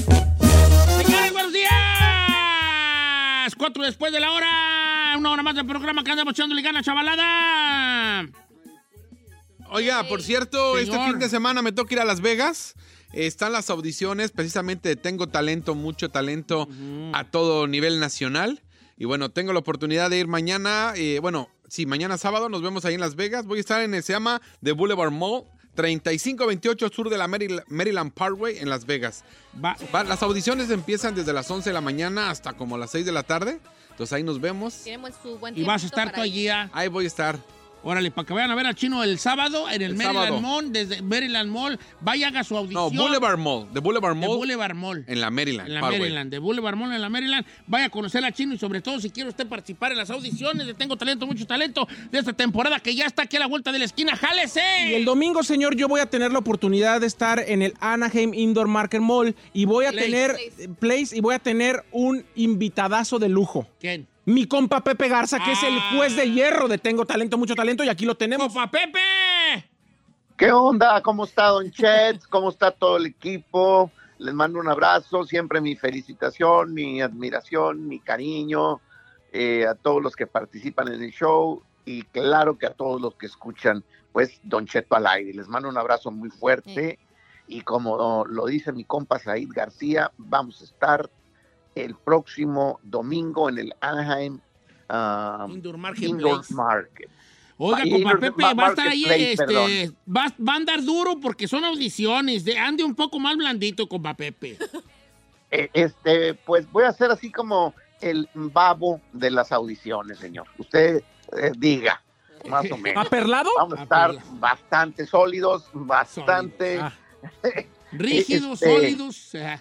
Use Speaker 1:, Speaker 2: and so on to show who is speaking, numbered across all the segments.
Speaker 1: Señores, buenos días. Cuatro después de la hora. Una hora más del programa que andamos echándole ganas, chavalada.
Speaker 2: Oiga, por cierto, este
Speaker 1: Señor.
Speaker 2: fin de semana me toca ir a Las Vegas. Están las audiciones, precisamente de tengo talento, mucho talento a todo nivel nacional. Y bueno, tengo la oportunidad de ir mañana, eh, bueno, sí, mañana sábado nos vemos ahí en Las Vegas. Voy a estar en el, se llama The Boulevard Mall, 3528 sur de la Maril- Maryland Parkway en Las Vegas.
Speaker 1: Va-
Speaker 2: Va- las audiciones empiezan desde las 11 de la mañana hasta como las 6 de la tarde. Entonces ahí nos vemos.
Speaker 3: Tiene buen- su buen
Speaker 1: y vas a
Speaker 3: tiempito
Speaker 1: estar
Speaker 3: para
Speaker 1: tú
Speaker 3: ir.
Speaker 1: allí. ah.
Speaker 2: Ahí voy a estar.
Speaker 1: Órale, para que vayan a ver al chino el sábado en el,
Speaker 2: El
Speaker 1: Maryland
Speaker 2: sábado.
Speaker 1: Mall, desde Maryland Mall. Vaya, haga su
Speaker 2: No,
Speaker 1: audición.
Speaker 2: Boulevard Mall, The Boulevard
Speaker 1: De
Speaker 2: Mall
Speaker 1: Boulevard Mall.
Speaker 2: en la Maryland
Speaker 1: En la
Speaker 2: Parkway.
Speaker 1: Maryland, de Boulevard Mall en la Maryland. Vaya a conocer a Chino y sobre todo si quiere usted participar en las audiciones de Tengo Talento, Mucho Talento de esta temporada que ya está aquí a la vuelta de la esquina. ¡Jálese!
Speaker 4: Y el domingo, señor, yo voy a tener la oportunidad de estar en el Anaheim Indoor Market Mall y voy a
Speaker 1: Place.
Speaker 4: tener
Speaker 3: Place.
Speaker 4: place y voy a tener un invitadazo de lujo.
Speaker 1: ¿Quién?
Speaker 4: Mi compa Pepe Garza, que es el
Speaker 1: Ah.
Speaker 4: juez de hierro de Tengo Talento, Mucho Talento, y aquí lo tenemos.
Speaker 1: ¡Copa Pepe!
Speaker 5: ¿Qué onda? ¿Cómo está Don Chet? ¿Cómo está todo el equipo? Les mando un abrazo, siempre mi felicitación, mi admiración, mi cariño eh, a todos los que participan en el show y claro que a todos los que escuchan, pues Don Cheto al aire. Les mando un abrazo muy fuerte y como lo dice mi compa Said García, vamos a estar el próximo domingo en el Anaheim ah,
Speaker 1: Indoor Market
Speaker 5: Indoor
Speaker 1: Place.
Speaker 5: Market.
Speaker 1: Oiga,
Speaker 5: Ahí,
Speaker 1: compa
Speaker 5: Indoor
Speaker 1: Pepe,
Speaker 5: Ma-
Speaker 1: va a estar ahí,
Speaker 5: Marketplace,
Speaker 1: este,
Speaker 5: perdón.
Speaker 1: va, va a andar duro porque son audiciones. De, ande un poco más blandito, compa Pepe.
Speaker 5: Eh, este, pues voy a ser así como el babo de las audiciones, señor. Usted eh, diga, más o menos.
Speaker 4: ¿Aperlado?
Speaker 1: Ah,
Speaker 5: Vamos a estar bastante sólidos, bastante.
Speaker 1: Sólidos, ah. Rígidos,
Speaker 5: Este-
Speaker 1: sólidos. ah.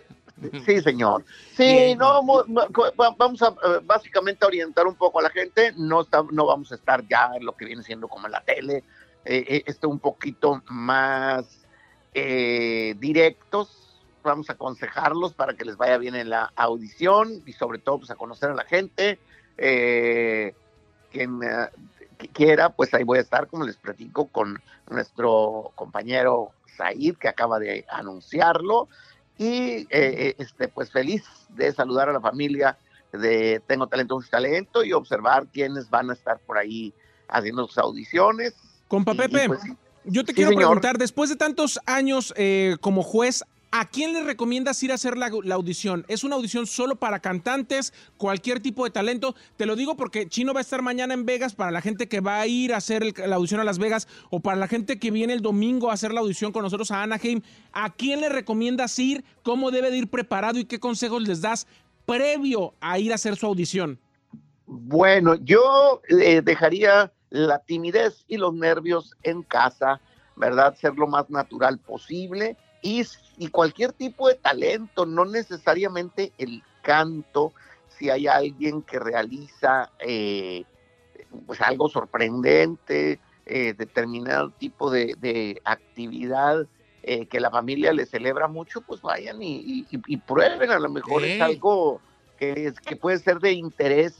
Speaker 5: Sí, señor. Sí,
Speaker 1: Bien.
Speaker 5: no, mu- mu- co- va- vamos a eh, básicamente a orientar un poco a la gente. No, está- no vamos a estar ya en lo que viene siendo como en la tele. Eh, eh, esto un poquito más eh, directos. Vamos a aconsejarlos para que les vaya bien en la audición y sobre todo pues a conocer a la gente. Eh, quien eh, que quiera, pues ahí voy a estar, como les platico, con nuestro compañero Said, que acaba de anunciarlo. Y eh, eh, este, pues feliz de saludar a la familia de Tengo Talento, Mucho Talento y observar quiénes van a estar por ahí haciendo sus audiciones.
Speaker 4: Compa
Speaker 5: Y- y,
Speaker 4: Pepe,
Speaker 5: pues,
Speaker 4: yo te
Speaker 5: sí,
Speaker 4: quiero
Speaker 5: señor.
Speaker 4: preguntar, después de tantos años eh, como juez, ¿a quién le recomiendas ir a hacer la, la audición? ¿Es una audición solo para cantantes, cualquier tipo de talento? Te lo digo porque Chino va a estar mañana en Vegas para la gente que va a ir a hacer el- la audición a Las Vegas o para la gente que viene el domingo a hacer la audición con nosotros a Anaheim. ¿A quién le recomiendas ir? ¿Cómo debe de ir preparado y qué consejos les das previo a ir a hacer su audición?
Speaker 5: Bueno, yo eh, dejaría la timidez y los nervios en casa, ¿verdad? Ser lo más natural posible y, s- y cualquier tipo de talento, no necesariamente el canto, si hay alguien que realiza eh, pues algo sorprendente, eh, determinado tipo de, de actividad eh, que la familia le celebra mucho, pues vayan y, y- y- y prueben, a lo mejor
Speaker 1: Ey.
Speaker 5: es algo que, es- que puede ser de interés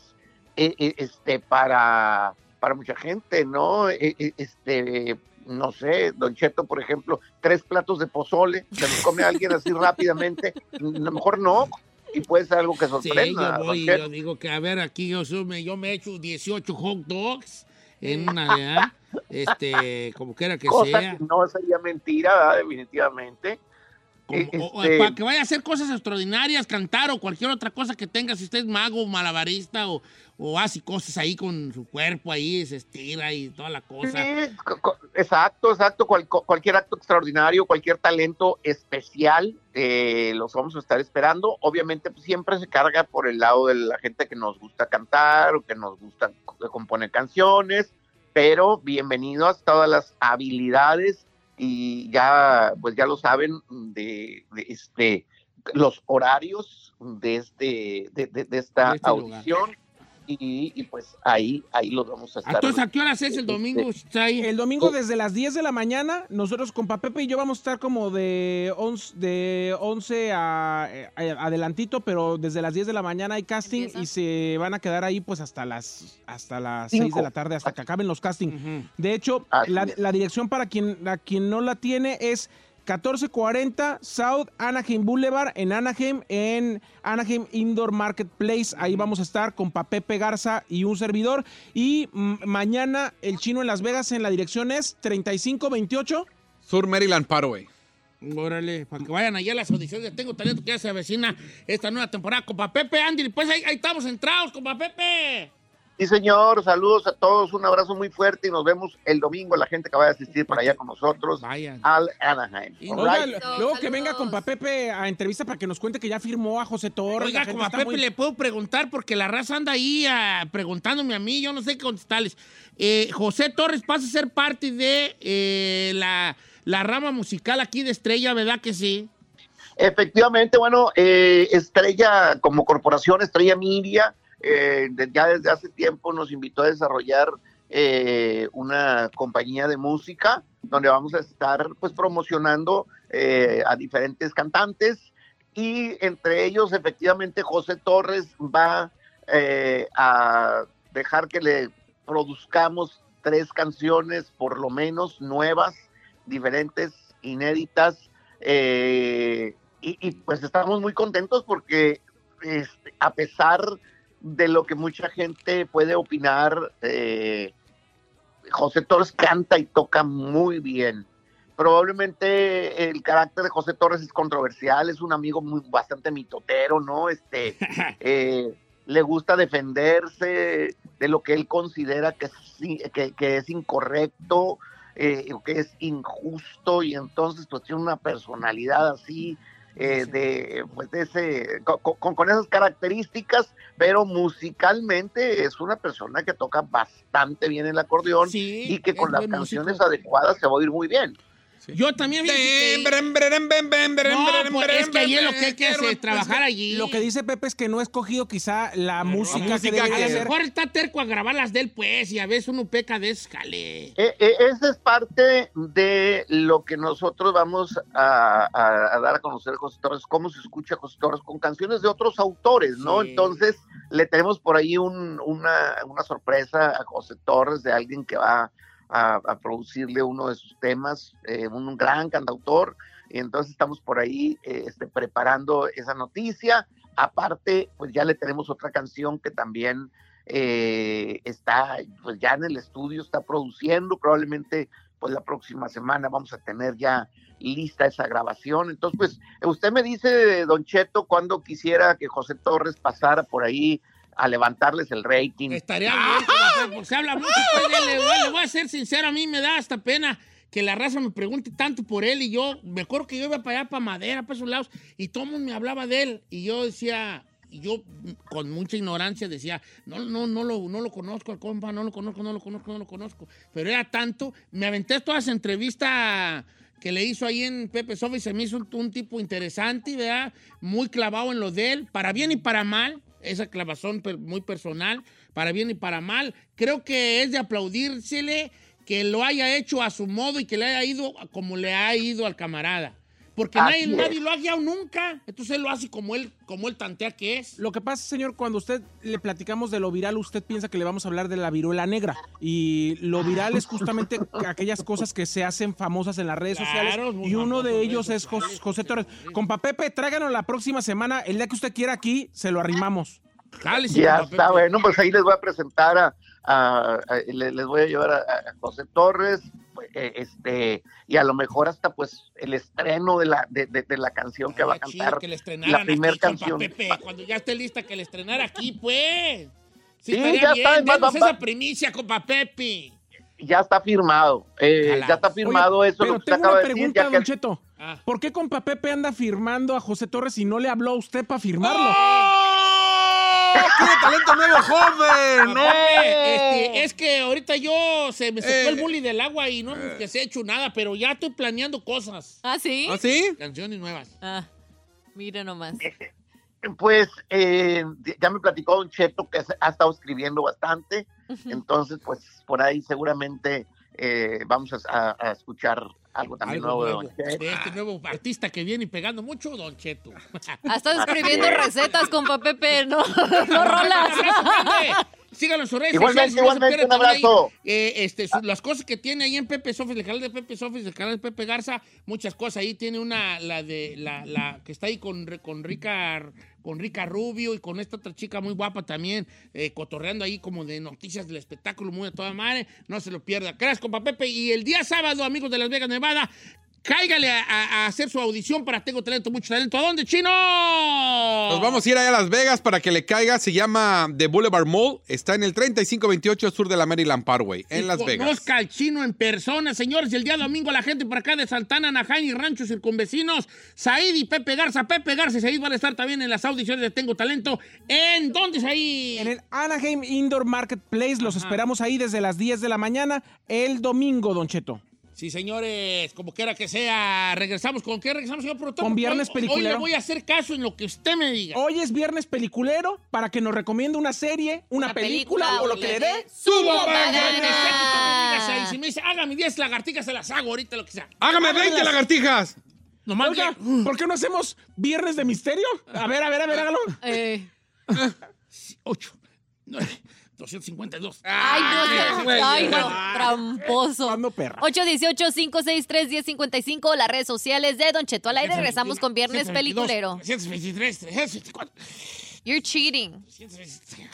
Speaker 5: eh, eh, este, para, para mucha gente, ¿no? Eh, eh, Este, no sé, Don Cheto, por ejemplo, tres platos de pozole, se los come alguien así rápidamente, a lo mejor no, y puede ser algo que
Speaker 1: Sí,
Speaker 5: sorprenda.
Speaker 1: yo voy y
Speaker 5: Don Cheto.
Speaker 1: yo digo que, a ver, aquí yo, soy- me- yo me he hecho 18 hot dogs en una, ¿verdad? Este, como quiera que
Speaker 5: cosa
Speaker 1: sea.
Speaker 5: que no sería mentira, ¿verdad? definitivamente.
Speaker 1: Como- o- o-
Speaker 5: Este-
Speaker 1: para que vaya a hacer cosas extraordinarias, cantar o cualquier otra cosa que tenga, si usted es mago, malabarista o, o hace cosas ahí con su cuerpo, ahí se estira y toda la cosa.
Speaker 5: Sí, co- co- exacto, exacto. cual- co- cualquier acto extraordinario, cualquier talento especial, eh, los vamos a estar esperando. Obviamente, pues, siempre se carga por el lado de la gente que nos gusta cantar o que nos gusta co- componer canciones, pero bienvenidos a todas las habilidades y ya, pues ya lo saben, de, de este los horarios de este de, de- de esta
Speaker 1: De este lugar.
Speaker 5: audición y, y, pues ahí ahí los vamos a estar
Speaker 1: Entonces, Pues, ¿a qué horas es el domingo? Oh. Chay?
Speaker 4: Este, El domingo desde las 10 de la mañana, nosotros con Papepe y yo vamos a estar como de 11, de 11 a, eh, a- adelantito, pero desde las 10 de la mañana hay casting
Speaker 3: ¿Empieza?
Speaker 4: y se van a quedar ahí pues hasta las hasta las 6
Speaker 5: Cinco.
Speaker 4: de la tarde, hasta que acaben los castings.
Speaker 1: Ujú.
Speaker 4: De hecho,
Speaker 5: Así
Speaker 4: la,
Speaker 5: es.
Speaker 4: la dirección para quien, a quien no la tiene es 1440 South Anaheim Boulevard en Anaheim, en Anaheim Indoor Marketplace. Ahí vamos a estar con Papepe Garza y un servidor. Y mm, mañana el chino en Las Vegas en la dirección es 3528.
Speaker 2: Sur Maryland Parkway.
Speaker 1: Órale, para que vayan allá a las audiciones. de Tengo talento que ya se avecina esta nueva temporada. Compa Pepe, Andy, pues ahí, ahí estamos entrados, compa Pepe.
Speaker 5: Sí, señor, saludos a todos, un abrazo muy fuerte y nos vemos el domingo, la gente que vaya a asistir para allá con nosotros
Speaker 1: Vayan.
Speaker 5: al Anaheim.
Speaker 1: Y
Speaker 5: All
Speaker 1: no
Speaker 4: Oiga,
Speaker 5: right.
Speaker 4: luego
Speaker 3: Saludos.
Speaker 4: que venga con Papepe a entrevista para que nos cuente que ya firmó a José Torres. La
Speaker 1: Oiga,
Speaker 4: gente
Speaker 1: compa
Speaker 4: está
Speaker 1: Pepe,
Speaker 4: muy-
Speaker 1: le puedo preguntar porque la raza anda ahí ah, preguntándome a mí. Yo no sé qué contestarles. Eh, José Torres pasa a ser parte de eh, la, la rama musical aquí de Estrella, ¿verdad que sí?
Speaker 5: Efectivamente, bueno, eh, Estrella como corporación, Estrella Media, eh, de- ya desde hace tiempo nos invitó a desarrollar eh, una compañía de música donde vamos a estar pues promocionando eh, a diferentes cantantes y entre ellos efectivamente José Torres va eh, a dejar que le produzcamos tres canciones por lo menos nuevas, diferentes, inéditas eh, y, y, pues estamos muy contentos porque este, a pesar de lo que mucha gente puede opinar, eh, José Torres canta y toca muy bien. Probablemente el carácter de José Torres es controversial, es un amigo muy, bastante mitotero, ¿no? Este, eh, le gusta defenderse de lo que él considera que es, sí- que- que es incorrecto, eh, o que es injusto y entonces pues tiene una personalidad así eh, de pues de ese co- co- con, con esas características pero musicalmente es una persona que toca bastante bien el acordeón
Speaker 1: Sí.
Speaker 5: y que con
Speaker 1: es
Speaker 5: las
Speaker 1: buen músico.
Speaker 5: canciones adecuadas se va a oír muy bien
Speaker 1: Yo también. fíjate que- No, pues, es que ayer lo que hay que hacer es trabajar allí.
Speaker 4: Lo que dice Pepe es que no ha escogido quizá la música,
Speaker 2: música
Speaker 4: que
Speaker 1: A
Speaker 4: debería
Speaker 2: que-
Speaker 1: lo
Speaker 4: ser.
Speaker 1: mejor está terco a grabar las del pues y a veces uno peca de escalé.
Speaker 5: Eh, eh, esa es parte de lo que nosotros vamos a, a- a dar a conocer José Torres, cómo se escucha José Torres con canciones de otros autores, ¿no?
Speaker 1: Sí.
Speaker 5: Entonces, le tenemos por ahí un- una, una sorpresa a José Torres de alguien que va a, a producirle uno de sus temas, eh, un, un gran cantautor, y entonces estamos por ahí eh, este, preparando esa noticia. Aparte, pues ya le tenemos otra canción que también eh, está pues ya en el estudio, está produciendo, probablemente pues la próxima semana vamos a tener ya lista esa grabación. Entonces, pues usted me dice, don Cheto, cuando quisiera que José Torres pasara por ahí a levantarles el rating.
Speaker 1: Estaría bien, compadre, porque se habla mucho pues, de él. Le voy- le voy a ser sincero, a mí me da hasta pena que la raza me pregunte tanto por él y yo, me acuerdo que yo iba para allá, para Madera, para esos lados, y todo el mundo me hablaba de él y yo decía, y yo con mucha ignorancia decía, no, no, no lo, no lo conozco al compa, no lo conozco, no lo conozco, no lo conozco, pero era tanto, me aventé toda esa entrevista que le hizo ahí en Pepe Sofi, se me hizo un, un tipo interesante, ¿verdad? Muy clavado en lo de él, para bien y para mal, esa clavazón per- muy personal, para bien y para mal. Creo que es de aplaudírsele que lo haya hecho a su modo y que le haya ido como le ha ido al camarada. Porque
Speaker 5: Así
Speaker 1: nadie,
Speaker 5: es.
Speaker 1: nadie lo ha guiado nunca. Entonces él lo hace como él, como él tantea que es.
Speaker 4: Lo que pasa, señor, cuando usted le platicamos de lo viral, usted piensa que le vamos a hablar de la viruela negra. Y lo viral es justamente aquellas cosas que se hacen famosas en las redes
Speaker 1: Claro,
Speaker 4: sociales.
Speaker 1: muy
Speaker 4: Y uno
Speaker 1: famoso en
Speaker 4: de ellos
Speaker 1: redes
Speaker 4: es
Speaker 1: sociales,
Speaker 4: Jos- José
Speaker 1: sí,
Speaker 4: Torres.
Speaker 1: sí.
Speaker 4: Compa Pepe, tráiganos la próxima semana. El día que usted quiera aquí, se lo arrimamos.
Speaker 1: Jálese,
Speaker 5: Ya
Speaker 1: papá,
Speaker 5: está,
Speaker 1: Pepe.
Speaker 5: bueno, pues ahí les voy a presentar a, a- a- le- les voy a llevar a, a José Torres, pues, eh, este, y a lo mejor hasta pues el estreno de la, de, de- de la canción que va a
Speaker 1: Ah, chido,
Speaker 5: cantar.
Speaker 1: que le estrenaran
Speaker 5: la primer
Speaker 1: aquí, compa
Speaker 5: canción. Ah.
Speaker 1: Pepe, cuando ya esté lista, que le estrenara aquí, pues. Sí,
Speaker 5: Sí,
Speaker 1: estaría
Speaker 5: ya
Speaker 1: bien.
Speaker 5: está, va-
Speaker 1: Denos
Speaker 5: va- va.
Speaker 1: esa primicia, compa Pepe.
Speaker 5: Ya está firmado, eh,
Speaker 1: Ojalá.
Speaker 5: ya está firmado
Speaker 4: Oye,
Speaker 5: eso lo
Speaker 4: Pero
Speaker 5: que usted
Speaker 4: tengo
Speaker 5: acaba
Speaker 4: una
Speaker 5: de decir.
Speaker 4: pregunta,
Speaker 5: ya que-
Speaker 4: Don Cheto.
Speaker 1: Ah.
Speaker 4: ¿Por qué compa Pepe anda firmando a José Torres y no le habló a usted para firmarlo?
Speaker 2: ¡Oh! ¡Qué talento nuevo, joven! ¡No!
Speaker 5: ¡Oh!
Speaker 1: Pepe, este, es que ahorita yo se me secó
Speaker 2: Eh.
Speaker 1: el bully del agua y no
Speaker 5: Eh.
Speaker 1: que se ha hecho nada, pero ya estoy planeando cosas.
Speaker 3: ¿Ah, sí?
Speaker 2: ¿Ah, sí?
Speaker 1: Canciones nuevas.
Speaker 3: Ah, mira nomás.
Speaker 5: Pues eh, ya me platicó Don Cheto que ha estado escribiendo bastante, entonces pues por ahí seguramente eh, vamos a, a- a escuchar algo también
Speaker 1: Algo
Speaker 5: nuevo de
Speaker 1: nuevo.
Speaker 5: Don Cheto.
Speaker 1: De este nuevo artista que viene pegando mucho, Don Cheto.
Speaker 3: Ah, estás escribiendo recetas, compa Pepe, ¿no? No rolas.
Speaker 1: Un abrazo, Pepe. Síganlo en sus redes
Speaker 5: Igualmente,
Speaker 1: sociales. y no se
Speaker 5: igualmente,
Speaker 1: pierdan
Speaker 5: un
Speaker 1: también ahí,
Speaker 5: abrazo.
Speaker 1: eh, este, su- las cosas que tiene ahí en Pepe Sofis, el canal de Pepe Sofis, el canal de Pepe Garza, muchas cosas. Ahí tiene una, la de la, la que está ahí con, Re- con Rica con Rica Rubio y con esta otra chica muy guapa también, eh, cotorreando ahí como de noticias del espectáculo, muy a toda madre. No se lo pierda. Gracias, compa Pepe. Y el día sábado, amigos de Las Vegas, Nevada, cáigale a, a- a hacer su audición para Tengo Talento, mucho talento. ¿A dónde, chino?
Speaker 2: Nos vamos a ir allá a Las Vegas para que le caiga. Se llama The Boulevard Mall. Está en el 3528 sur de la Maryland Parkway, en
Speaker 1: Y
Speaker 2: Las Vegas.
Speaker 1: Conozca al chino en persona, señores. El día domingo la gente por acá de Santana, Najain y Ranchos Circunvecinos. Said y Pepe Garza. Pepe Garza y Said van a estar también en las audiciones de Tengo Talento. ¿En dónde, Said?
Speaker 4: En el Anaheim Indoor Marketplace los esperamos ahí desde las 10 de la mañana el domingo, Don Cheto.
Speaker 1: Sí, señores, como quiera que sea. Regresamos. ¿Con qué regresamos, señor productor?
Speaker 4: Con
Speaker 1: Porque
Speaker 4: Viernes
Speaker 1: hoy- Hoy
Speaker 4: Peliculero.
Speaker 1: le voy a hacer caso en lo que usted me diga.
Speaker 4: Hoy es viernes peliculero para que nos recomiende una serie, una,
Speaker 3: Una
Speaker 4: película,
Speaker 3: película,
Speaker 4: o lo que le dé.
Speaker 1: Subo
Speaker 3: banana.
Speaker 1: banana. Said, Si me dice, hágame 10 lagartijas, se las hago ahorita, lo que sea.
Speaker 2: ¡Hágame 20
Speaker 4: Háganlas.
Speaker 2: lagartijas!
Speaker 1: Nomás
Speaker 4: Oiga,
Speaker 1: que-
Speaker 4: ¿por qué no hacemos viernes de misterio? A ver, a ver, a ver, hágalo.
Speaker 3: Eh,
Speaker 1: 8, 9, 252.
Speaker 3: ay, no,
Speaker 2: güey,
Speaker 3: ay,
Speaker 2: güey.
Speaker 3: no, tramposo.
Speaker 4: Ando perra.
Speaker 3: 818-563-1055, las redes sociales de Don Cheto al aire. Regresamos con Viernes
Speaker 1: 122,
Speaker 3: Peliculero.
Speaker 1: 123, 324,
Speaker 3: You're cheating.
Speaker 1: 123.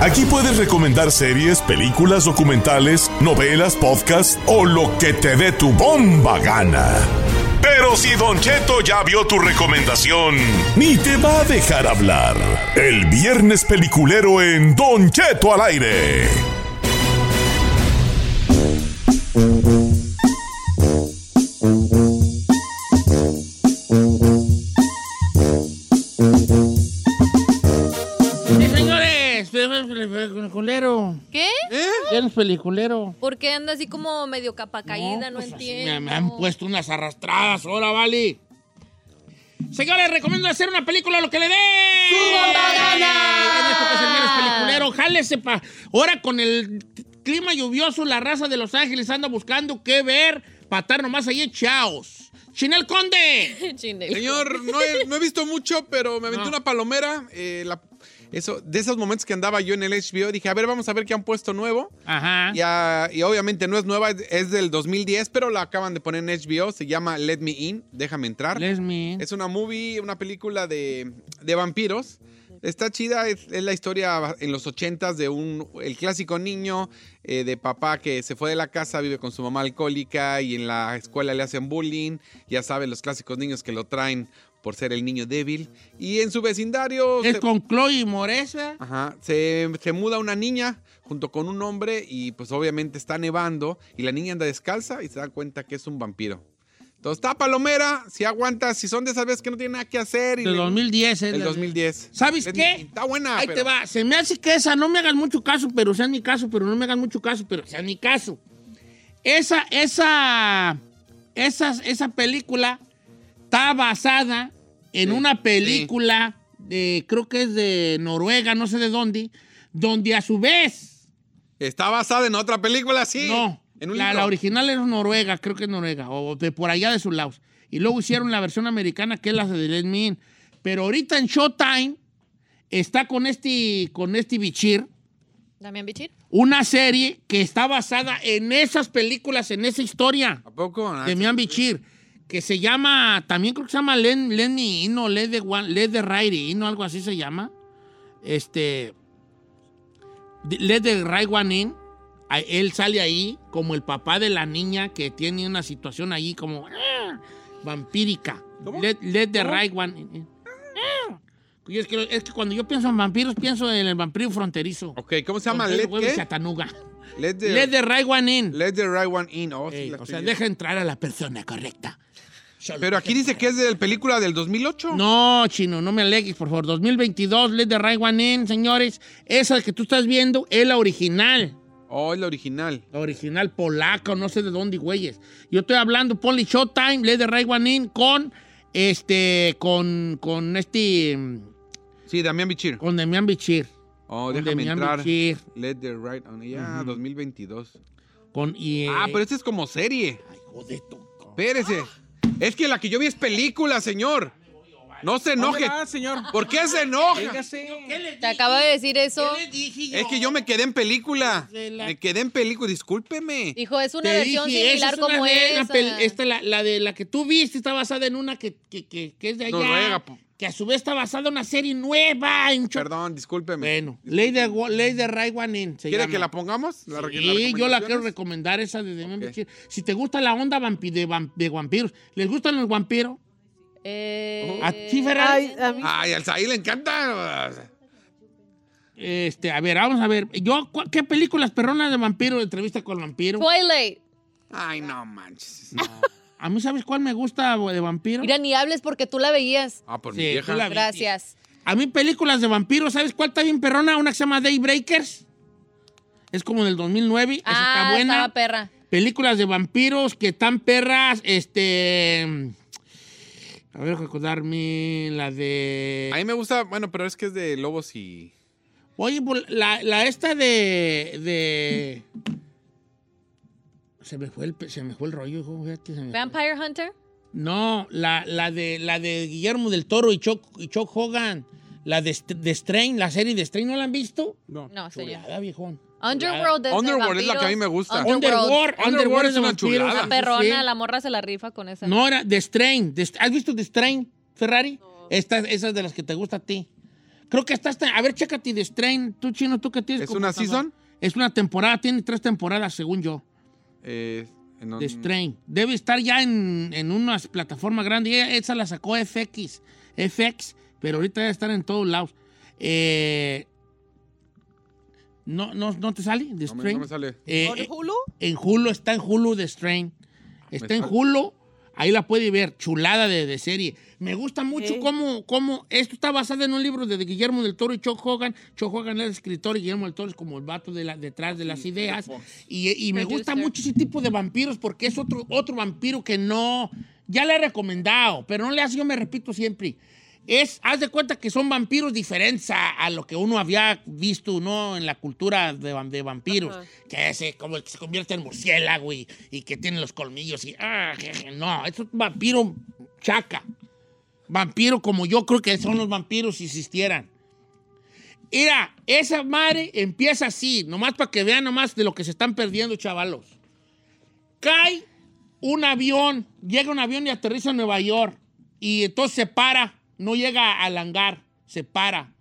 Speaker 6: Aquí puedes recomendar series, películas, documentales, novelas, podcasts o lo que te dé tu bomba gana. Pero si Don Cheto ya vio tu recomendación, ni te va a dejar hablar. El viernes peliculero en Don Cheto al aire.
Speaker 1: ¿Eh? peliculero.
Speaker 3: ¿Por qué anda así como medio capa caída? No, entiendo.
Speaker 1: Me, me han puesto unas arrastradas ahora, vale. Señores, recomiendo hacer una película lo que le dé. En esto que es el viernes peliculero, jálese pa. Ahora con el clima lluvioso, la raza de Los Ángeles anda buscando qué ver para estar nomás ahí echaos. ¡Chinel Conde!
Speaker 2: Señor, no he, no he visto mucho, pero me aventé una palomera. eh, la- eso, de esos momentos que andaba yo en el HBO, dije, a ver, vamos a ver qué han puesto nuevo.
Speaker 1: Ajá.
Speaker 2: Y, ah, y obviamente no es nueva, es- es del 2010, pero la acaban de poner en HBO. Se llama Let Me In, Déjame Entrar.
Speaker 1: Let Me In.
Speaker 2: Es una movie, una película de, de vampiros. Está chida, es, es la historia en los 80s de un el clásico niño eh, de papá que se fue de la casa, vive con su mamá alcohólica y en la escuela le hacen bullying. Ya saben, los clásicos niños que lo traen por ser el niño débil. Y en su vecindario...
Speaker 1: Es
Speaker 2: se-
Speaker 1: con Chloe Moresa.
Speaker 2: Ajá, se, se muda una niña junto con un hombre y pues obviamente está nevando y la niña anda descalza y se da cuenta que es un vampiro. Entonces está palomera, si aguanta, si son de esas veces que no tiene nada que hacer. Y
Speaker 1: Del
Speaker 2: le-
Speaker 1: 2010, eh,
Speaker 2: Del
Speaker 1: la-
Speaker 2: 2010.
Speaker 1: ¿Sabes
Speaker 2: Es-
Speaker 1: qué?
Speaker 2: Está buena.
Speaker 1: Ahí
Speaker 2: pero-
Speaker 1: te va. Se me hace que esa, no me hagan mucho caso, pero sea en mi caso, pero no me hagan mucho caso, pero sea en mi caso. Esa, esa, esas, esa película está basada en una película de, creo que es de Noruega, no sé de dónde, donde a su vez.
Speaker 2: Está basada en otra película, sí.
Speaker 1: No.
Speaker 2: En un
Speaker 1: la,
Speaker 2: libro.
Speaker 1: la original era noruega, creo que es noruega, o de por allá de sus lados. Y luego hicieron la versión americana, que es la de Let Me In. Pero ahorita en Showtime está con este, con este bichir,
Speaker 3: ¿Damián Bichir?
Speaker 1: una serie que está basada en esas películas, en esa historia
Speaker 2: ¿A poco? Ah,
Speaker 1: de Mian Bichir, que se llama, también creo que se llama Let, Let Me In o Let the, One- Let the Right In o algo así se llama. Este, de- Let the Right One In. A- Él sale ahí como el papá de la niña que tiene una situación ahí como ah, vampírica. Let, let the Right One In. Ah. Yo es, que, es que cuando yo pienso en vampiros, pienso en el vampiro fronterizo.
Speaker 2: Ok, ¿cómo se llama?
Speaker 1: Con tres
Speaker 2: Let
Speaker 1: huevos y
Speaker 2: qué?
Speaker 1: Chatanuga.
Speaker 2: Let the,
Speaker 1: Let the right one in.
Speaker 2: Let the right one in. Oh, sí,
Speaker 1: Ey,
Speaker 2: la
Speaker 1: o
Speaker 2: estoy
Speaker 1: sea,
Speaker 2: viendo.
Speaker 1: deja entrar a la persona correcta.
Speaker 2: Pero aquí dice que es de la película del 2008.
Speaker 1: No, chino, no me alegues, por favor. 2022, Let the right one in, señores. Esa que tú estás viendo es la original.
Speaker 2: Oh, es la original.
Speaker 1: La original polaca, no sé de dónde, güeyes. Yo estoy hablando, Polly Showtime, Let the right one in, con este, con, con este,
Speaker 2: Sí, Damián Bichir.
Speaker 1: con Demian Bichir.
Speaker 2: Oh,
Speaker 1: Con
Speaker 2: déjame
Speaker 1: Demián
Speaker 2: entrar.
Speaker 1: Bichir.
Speaker 2: Let the right on. Ya, 2022.
Speaker 1: Con, y, eh,
Speaker 2: Ah, pero esta es como serie.
Speaker 1: joder, tú.
Speaker 2: Espérese. Es que la que yo vi es película, señor. No se enoje.
Speaker 4: ¿Dónde va, señor?
Speaker 2: ¿Por qué se enoja?
Speaker 3: Te acaba de decir eso.
Speaker 2: Es que yo me quedé en película. Me quedé en película, discúlpeme.
Speaker 3: Dijo, es una
Speaker 1: Te
Speaker 3: versión
Speaker 1: dije,
Speaker 3: similar
Speaker 1: esa es una
Speaker 3: como
Speaker 1: de- una
Speaker 3: esa.
Speaker 1: pel- esta, la, la de la que tú viste está basada en una que, que, que- que es de allá.
Speaker 2: Noruega, po.
Speaker 1: que a su vez está basada en una serie nueva. En cho-
Speaker 2: Perdón, discúlpeme.
Speaker 1: Bueno, Ley de, Wa- Ley de Ray Wan In. se
Speaker 2: ¿Quiere
Speaker 1: llama.
Speaker 2: que la pongamos? La, re- las
Speaker 1: Sí, yo la quiero
Speaker 2: recomendaciones?
Speaker 1: recomendar esa de Demian
Speaker 2: Ok.
Speaker 1: Bichir. Si te gusta la onda vampi- de, vam- de vampiros, ¿les gustan los vampiros?
Speaker 3: Eh,
Speaker 1: ¿A ti, Ferrari?
Speaker 2: Ay, al Saí le encanta.
Speaker 1: Este, a ver, vamos a ver. Yo, ¿cu- ¿Qué películas perronas de vampiro, entrevista con vampiro?
Speaker 3: Twilight.
Speaker 2: Ay, no manches.
Speaker 1: A mí, ¿sabes cuál me gusta de vampiro?
Speaker 3: Mira, ni hables porque tú la veías.
Speaker 2: Ah, por
Speaker 1: Sí,
Speaker 2: mi
Speaker 1: tú
Speaker 2: vieja.
Speaker 1: la vi.
Speaker 3: Gracias.
Speaker 1: A mí películas de vampiros, ¿sabes cuál está bien perrona? Una que se llama Daybreakers. Es como del 2009. Esa
Speaker 3: Ah,
Speaker 1: está buena.
Speaker 3: estaba perra.
Speaker 1: Películas de vampiros que están perras, este... A ver, recordarme la
Speaker 2: A mí
Speaker 1: de...
Speaker 2: me gusta, bueno, pero es que es de lobos y.
Speaker 1: Oye, pues, la, la esta de... de... Se me, fue el, se me fue el rollo, hijo, fíjate, se me fue.
Speaker 3: Vampire Hunter.
Speaker 1: No, la, la, de, la de Guillermo del Toro y Chuck, y Chuck Hogan. La de, St- de Strain, la serie de Strain, ¿no la han visto?
Speaker 4: No.
Speaker 3: No, señor.
Speaker 1: Chulada, viejón.
Speaker 3: Underworld es, de
Speaker 2: Underworld es la que a mí
Speaker 3: vampiros.
Speaker 2: me gusta.
Speaker 3: Underworld.
Speaker 1: Underworld, Underworld es una chulada.
Speaker 3: La perrona, la morra se la rifa con esa.
Speaker 1: No, era The Strain. The St- ¿Has visto The Strain, Ferrari? Esta, esa es de las que te gusta a ti. Creo que estás... A ver, chécate The Strain. Tú, chino, tú que tienes...
Speaker 2: ¿Es una
Speaker 1: computadora?
Speaker 2: season?
Speaker 1: Es una temporada. Tiene tres temporadas, según yo.
Speaker 2: Eh, en un-
Speaker 1: The Strain. Debe estar ya en, en unas plataformas grandes. Ella- Esa la sacó FX. FX. Pero ahorita debe estar en todos lados. Eh, ¿no, no, ¿No te sale The
Speaker 2: no, me,
Speaker 1: Strain?
Speaker 2: no me sale.
Speaker 1: Eh, eh,
Speaker 7: ¿Con Hulu?
Speaker 1: En Hulu, está en Hulu The Strain. Está en Hulu, ahí la puede ver, chulada de, de serie. Me gusta mucho
Speaker 7: Sí.
Speaker 1: cómo, cómo esto está basado en un libro de Guillermo del Toro y Chuck Hogan. Chuck Hogan era el escritor y Guillermo del Toro es como el vato de la- detrás de las ideas. Y, y me gusta mucho ese tipo de vampiros porque es otro, otro vampiro que no... Ya le he recomendado, pero no le hace, yo me repito siempre. Es, haz de cuenta que son vampiros diferentes a, a lo que uno había visto, ¿no? En la cultura de, vam- de vampiros.
Speaker 7: Ajá.
Speaker 1: Que ese, como el que se convierte en murciélago y, y que tiene los colmillos y... ah, jeje, no, es un vampiro chaca. Vampiro como yo creo que son los vampiros si existieran. Mira, esa madre empieza así, nomás para que vean nomás de lo que se están perdiendo, chavalos. Cae un avión, llega un avión y aterriza en Nueva York. Y entonces se para, no llega al hangar, se para.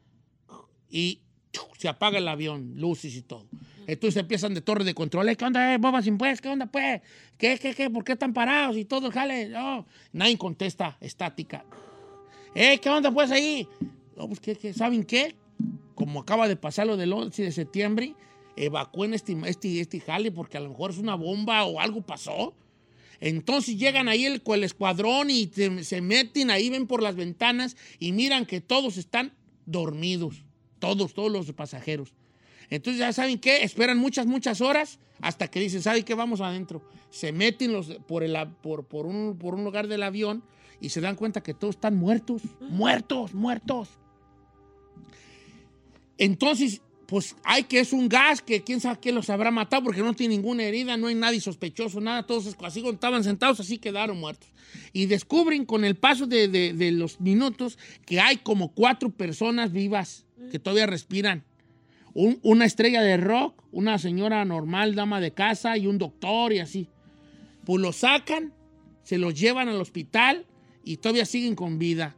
Speaker 1: Y chu, se apaga el avión, luces y todo. Entonces empiezan de torre de control. "Eh, ¿Qué onda, eh, boba sin pues? ¿Qué onda, pues? ¿Qué, qué, qué? ¿Por qué están parados? Y todo, jale. No. Nadie contesta, estática. "Eh, ¿Qué onda, pues, ahí? No, pues, ¿qué, qué? ¿Saben qué? como acaba de pasar lo del 11 de septiembre, evacúen este, este, este jale porque a lo mejor es una bomba o algo pasó. Entonces llegan ahí el, el escuadrón y te- se meten ahí, ven por las ventanas y miran que todos están dormidos, todos, todos los pasajeros. Entonces ya saben qué, esperan muchas, muchas horas hasta que dicen, ¿saben qué? Vamos adentro. Se meten los, por, el, a- por, por, un, por un lugar del avión y se dan cuenta que todos están muertos, muertos, muertos. Entonces, pues hay que es un gas que quién sabe quién los habrá matado porque no tiene ninguna herida, no hay nadie sospechoso, nada. Todos es- así como estaban sentados, así quedaron muertos. Y descubren con el paso de, de- de los minutos que hay como cuatro personas vivas que todavía respiran. Un- una estrella de rock, una señora normal, dama de casa y un doctor y así. Pues los sacan, se los llevan al hospital y todavía siguen con vida.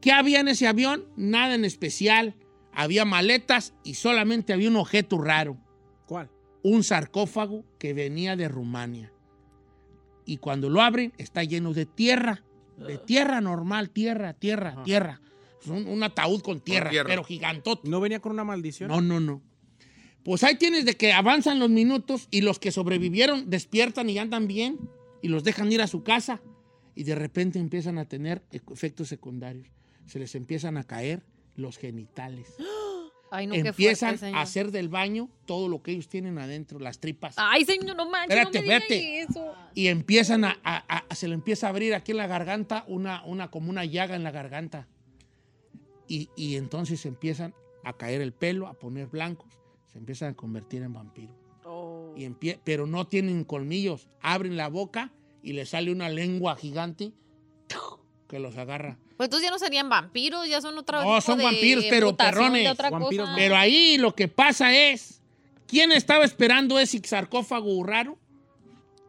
Speaker 1: ¿Qué había en ese avión? Nada en especial. Había maletas y solamente había un objeto raro.
Speaker 4: ¿Cuál?
Speaker 1: Un sarcófago que venía de Rumania. Y cuando lo abren, está lleno de tierra. De tierra normal, tierra, tierra, tierra. Es un, un ataúd con tierra,
Speaker 4: tierra.
Speaker 1: pero gigantote.
Speaker 4: ¿No venía con una maldición?
Speaker 1: No, no, no. Pues ahí tienes de que avanzan los minutos y los que sobrevivieron despiertan y andan bien y los dejan ir a su casa y de repente empiezan a tener e- efectos secundarios. Se les empiezan a caer los genitales.
Speaker 3: Ay, no, qué
Speaker 1: empiezan
Speaker 3: fuerte,
Speaker 1: a
Speaker 3: señor.
Speaker 1: hacer del baño todo lo que ellos tienen adentro, las tripas.
Speaker 3: Ay, señor, no manches,
Speaker 1: Espérate,
Speaker 3: no me diga
Speaker 1: espérate.
Speaker 3: eso.
Speaker 1: Y empiezan a, a- a- se le empieza a abrir aquí en la garganta una, una como una llaga en la garganta. Y, y entonces empiezan a caer el pelo, a poner blancos, se empiezan a convertir en vampiros.
Speaker 3: Oh.
Speaker 1: Y empie- pero no tienen colmillos, abren la boca y les sale una lengua gigante que los agarra.
Speaker 3: Pues entonces ya no serían vampiros, ya son otra
Speaker 1: No,
Speaker 3: tipo
Speaker 1: son
Speaker 3: de
Speaker 1: vampiros, pero
Speaker 3: mutación de
Speaker 1: perrones.
Speaker 3: otra cosa.
Speaker 1: Pero ahí lo que pasa es, ¿quién estaba esperando ese sarcófago raro?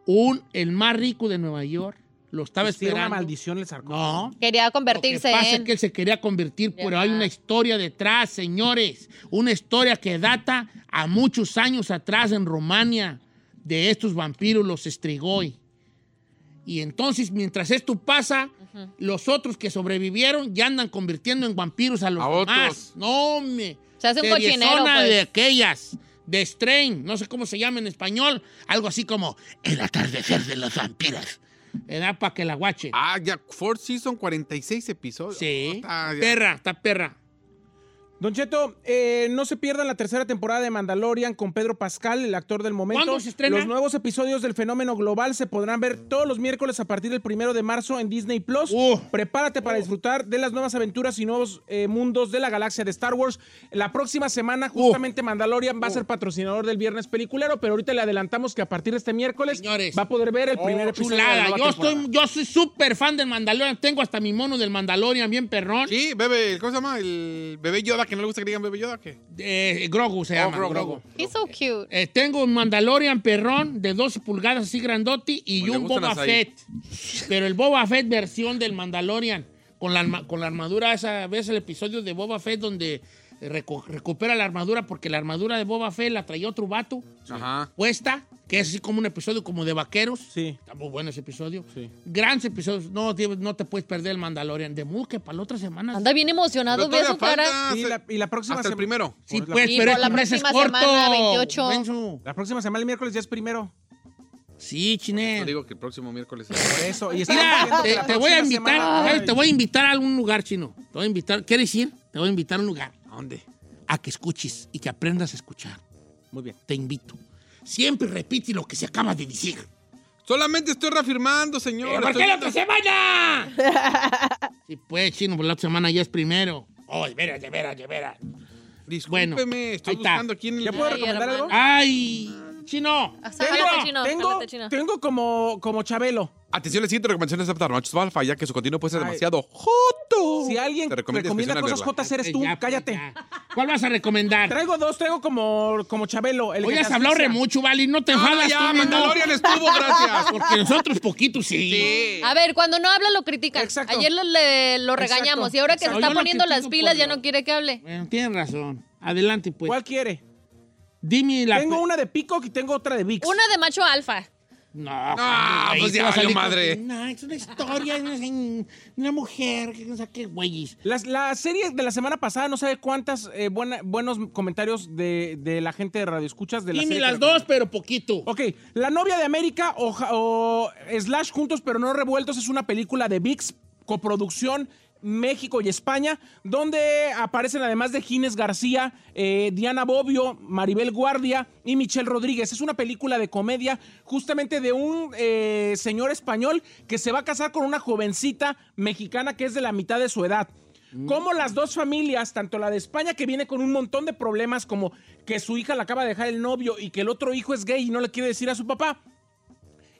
Speaker 1: Un, el más rico de Nueva York, lo estaba
Speaker 4: Pues tiene una
Speaker 1: esperando.
Speaker 4: maldición
Speaker 1: el sarcófago. No,
Speaker 3: Quería
Speaker 1: lo
Speaker 3: convertirse
Speaker 1: que pasa
Speaker 3: en.
Speaker 1: es que él se quería convertir, pero hay una historia detrás, señores. Una historia que data a muchos años atrás en Rumania de estos vampiros, los Strigoi. Y entonces, mientras esto pasa, los otros que sobrevivieron ya andan convirtiendo en vampiros a los demás. No, me.
Speaker 3: Se hace un cochinero, pues.
Speaker 1: de aquellas, de Strain, no sé cómo se llama en español, algo así como El atardecer de los vampiros. Era para que la guache.
Speaker 2: Ah, ya, Four Season, 46 episodios.
Speaker 1: Sí.
Speaker 2: está, ya.
Speaker 1: perra, está perra.
Speaker 4: Don Cheto, eh, no se pierdan la tercera temporada de Mandalorian con Pedro Pascal, el actor del momento.
Speaker 1: ¿Cuándo se estrena?
Speaker 4: Los nuevos episodios del fenómeno global se podrán ver todos los miércoles a partir del primero de marzo en Disney Plus.
Speaker 1: Uh.
Speaker 4: Prepárate para disfrutar de las nuevas aventuras y nuevos eh, mundos de la galaxia de Star Wars. La próxima semana,
Speaker 1: Uh.
Speaker 4: justamente, Mandalorian va a ser patrocinador del viernes peliculero, pero ahorita le adelantamos que a partir de este miércoles va a poder ver el primer
Speaker 1: Oh,
Speaker 4: episodio. de la
Speaker 1: chulada.
Speaker 4: nueva
Speaker 1: Yo,
Speaker 4: temporada.
Speaker 1: estoy, yo soy súper fan del Mandalorian. Tengo hasta mi mono del Mandalorian bien perrón.
Speaker 2: Sí, bebé, ¿cómo se llama? El bebé Yoda, que no le gusta que digan bebé Yoda, ¿qué?
Speaker 1: Eh, Grogu se
Speaker 2: Oh,
Speaker 1: llama.
Speaker 2: Grogu.
Speaker 1: Grogu.
Speaker 3: He's so cute.
Speaker 1: Eh, tengo un Mandalorian perrón de 12 pulgadas así grandote y
Speaker 2: Pues le
Speaker 1: un
Speaker 2: gustan
Speaker 1: Boba
Speaker 2: las ahí.
Speaker 1: Fett. Pero el Boba Fett versión del Mandalorian. Con la, arma- con la armadura, esa ves el episodio de Boba Fett donde eh, reco- recupera la armadura porque la armadura de Boba Fett la traía otro vato.
Speaker 2: Ajá.
Speaker 1: Puesta, que es así como un episodio como de vaqueros. Sí. Está muy bueno ese episodio. Grandes episodios. No, tío, no te puedes perder el Mandalorian. De Mu, que para la otra semana.
Speaker 3: Anda bien emocionado, ve su cara.
Speaker 4: Y la, y la próxima
Speaker 1: hasta el
Speaker 4: sema-
Speaker 1: primero. Sí,
Speaker 4: Por
Speaker 1: pues,
Speaker 3: Sí,
Speaker 1: pero
Speaker 3: por la
Speaker 1: este mes es
Speaker 3: próxima semana,
Speaker 1: corto.
Speaker 3: 28.
Speaker 1: Menso.
Speaker 4: La próxima semana, el miércoles, ya es primero.
Speaker 1: Sí, Chine.
Speaker 2: Yo digo que el próximo miércoles.
Speaker 4: eso,
Speaker 2: y
Speaker 4: estamos
Speaker 1: Mira,
Speaker 4: viendo
Speaker 1: ah, te,
Speaker 4: la
Speaker 1: te voy a
Speaker 4: próxima
Speaker 1: invitar,
Speaker 4: semana.
Speaker 1: ¿sabes? te voy a invitar a algún lugar, Chino. Te voy a invitar, ¿quieres ir? Te voy a invitar a un lugar. ¿A dónde? A que escuches y que aprendas a escuchar.
Speaker 4: Muy bien.
Speaker 1: Te invito. Siempre repite lo que se acaba de decir.
Speaker 2: Solamente estoy reafirmando, señor.
Speaker 1: Eh, ¿Por
Speaker 2: Estoy-
Speaker 1: qué la otra semana? sí, pues, chino, pues la otra semana ya es primero. Ay, veras, de veras, de veras.
Speaker 2: Discúlpeme, estoy
Speaker 1: ahí está.
Speaker 2: buscando quién le
Speaker 4: ¿Ya puedo recomendar algo?
Speaker 1: Ay, chino.
Speaker 3: Jálate, chino,
Speaker 4: Tengo,
Speaker 3: jálate, chino.
Speaker 4: tengo como, como Chabelo.
Speaker 2: Atención, la siguiente recomendación es apta a machos alfa, ya que su contenido puede ser
Speaker 4: Ay.
Speaker 2: demasiado joto.
Speaker 4: Si alguien
Speaker 2: Te recomiendo
Speaker 4: recomienda
Speaker 2: discreción al
Speaker 4: cosas
Speaker 2: verla.
Speaker 4: jotas, eres
Speaker 1: Eh,
Speaker 4: tú.
Speaker 1: ya, pues,
Speaker 4: Cállate.
Speaker 1: ya. ¿Cuál vas a recomendar?
Speaker 4: Traigo dos, traigo como, como Chabelo. El
Speaker 1: Hoy
Speaker 4: que
Speaker 1: has
Speaker 4: te
Speaker 1: hablado
Speaker 4: asfixia.
Speaker 1: re mucho, Vali. No te
Speaker 2: Ah,
Speaker 1: enfadas tú,
Speaker 2: ya,
Speaker 1: mi amor.
Speaker 2: Mandalorian estuvo, gracias.
Speaker 1: Porque nosotros poquitos sí.
Speaker 3: A ver, cuando no habla lo critican.
Speaker 4: Exacto.
Speaker 3: Ayer le- le- lo regañamos
Speaker 4: Exacto,
Speaker 3: y ahora que
Speaker 1: exacto.
Speaker 3: se
Speaker 1: Yo
Speaker 3: está
Speaker 1: lo
Speaker 3: poniendo las
Speaker 1: critico
Speaker 3: pilas
Speaker 1: por
Speaker 3: ya
Speaker 1: lo-
Speaker 3: no quiere que hable.
Speaker 1: Bueno, tienes razón. Adelante, pues.
Speaker 4: ¿Cuál quiere?
Speaker 1: Dime la...
Speaker 4: Tengo una de Pico y tengo otra de Vix.
Speaker 3: Una de macho alfa.
Speaker 1: No,
Speaker 2: Ah,
Speaker 1: ahí
Speaker 2: pues
Speaker 1: te
Speaker 2: ya
Speaker 1: va a
Speaker 2: valió
Speaker 1: salir
Speaker 2: madre.
Speaker 1: con que, No, es una historia, es una, una mujer, que no sé qué güeyes.
Speaker 4: Las, la serie de la semana pasada, no sé cuántas eh, buena- buenos comentarios de, de la gente de Radio Escuchas. De la
Speaker 1: Dime
Speaker 4: serie
Speaker 1: las
Speaker 4: que-
Speaker 1: dos, pero poquito.
Speaker 4: Ok, La novia de América o, ja- o Slash Juntos pero no revueltos es una película de VIX, coproducción México y España, donde aparecen además de Gines García, eh, Diana Bobbio, Maribel Guardia y Michelle Rodríguez. Es una película de comedia justamente de un eh, señor español que se va a casar con una jovencita mexicana que es de la mitad de su edad. Mm. Como las dos familias, tanto la de España que viene con un montón de problemas como que su hija la acaba de dejar el novio y que el otro hijo es gay y no le quiere decir a su papá.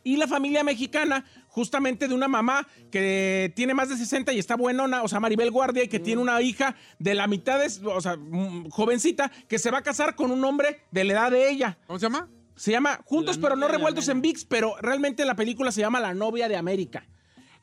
Speaker 4: Y la familia mexicana, justamente de una mamá que tiene más de 60 y está buenona, o sea, Maribel Guardia, y que tiene una hija de la mitad, de, su- o sea, mm, jovencita, que se va a casar con un hombre de la edad de ella.
Speaker 2: ¿Cómo se llama?
Speaker 4: Se llama Juntos
Speaker 1: La
Speaker 4: pero
Speaker 1: novia
Speaker 4: no
Speaker 1: de la
Speaker 4: revueltos en VIX, pero realmente la película se llama La novia de América.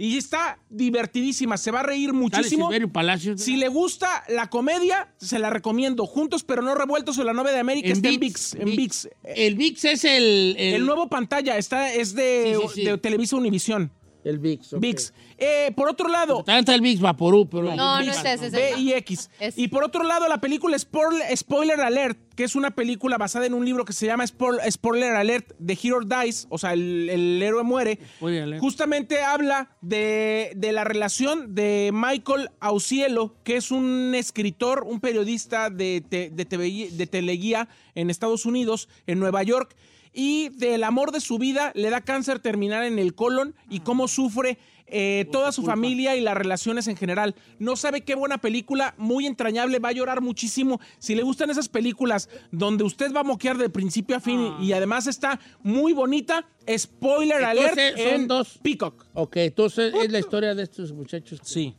Speaker 4: Y está divertidísima, se va a reír
Speaker 1: Dale,
Speaker 4: muchísimo.
Speaker 1: Silverio Palacios.
Speaker 4: Si le gusta la comedia, se la recomiendo. Juntos pero no revueltos o La novia de América está en VIX, en VIX. Eh,
Speaker 1: El VIX es el...
Speaker 4: El, nuevo pantalla está es de,
Speaker 1: Sí, sí, sí.
Speaker 4: de Televisa Univisión.
Speaker 1: El VIX. ok.
Speaker 4: VIX. Eh, por otro lado,
Speaker 1: También está el VIX Vaporú, pero...
Speaker 3: No, no
Speaker 1: VIX,
Speaker 3: es ese, es ese.
Speaker 4: BIX.
Speaker 3: Es-
Speaker 4: Y por otro lado, la película Spoil- Spoiler Alert, que es una película basada en un libro que se llama Spoil- Spoiler Alert de Hero Dies, o sea, el, el héroe muere.
Speaker 1: Spoiler Alert.
Speaker 4: Justamente habla de, de la relación de Michael Aucielo, que es un escritor, un periodista de, te- de, TV de teleguía en Estados Unidos, en Nueva York. Y del amor de su vida le da cáncer terminal en el colon y cómo sufre eh, toda su familia y las relaciones en general. No sabe qué buena película, muy entrañable, va a llorar muchísimo. Si le gustan esas películas donde usted va a moquear de principio a fin y además está muy bonita, spoiler
Speaker 1: Entonces,
Speaker 4: alert
Speaker 1: son
Speaker 4: en
Speaker 1: dos.
Speaker 4: Peacock.
Speaker 1: Ok, entonces es la historia de estos muchachos. que-
Speaker 4: Sí,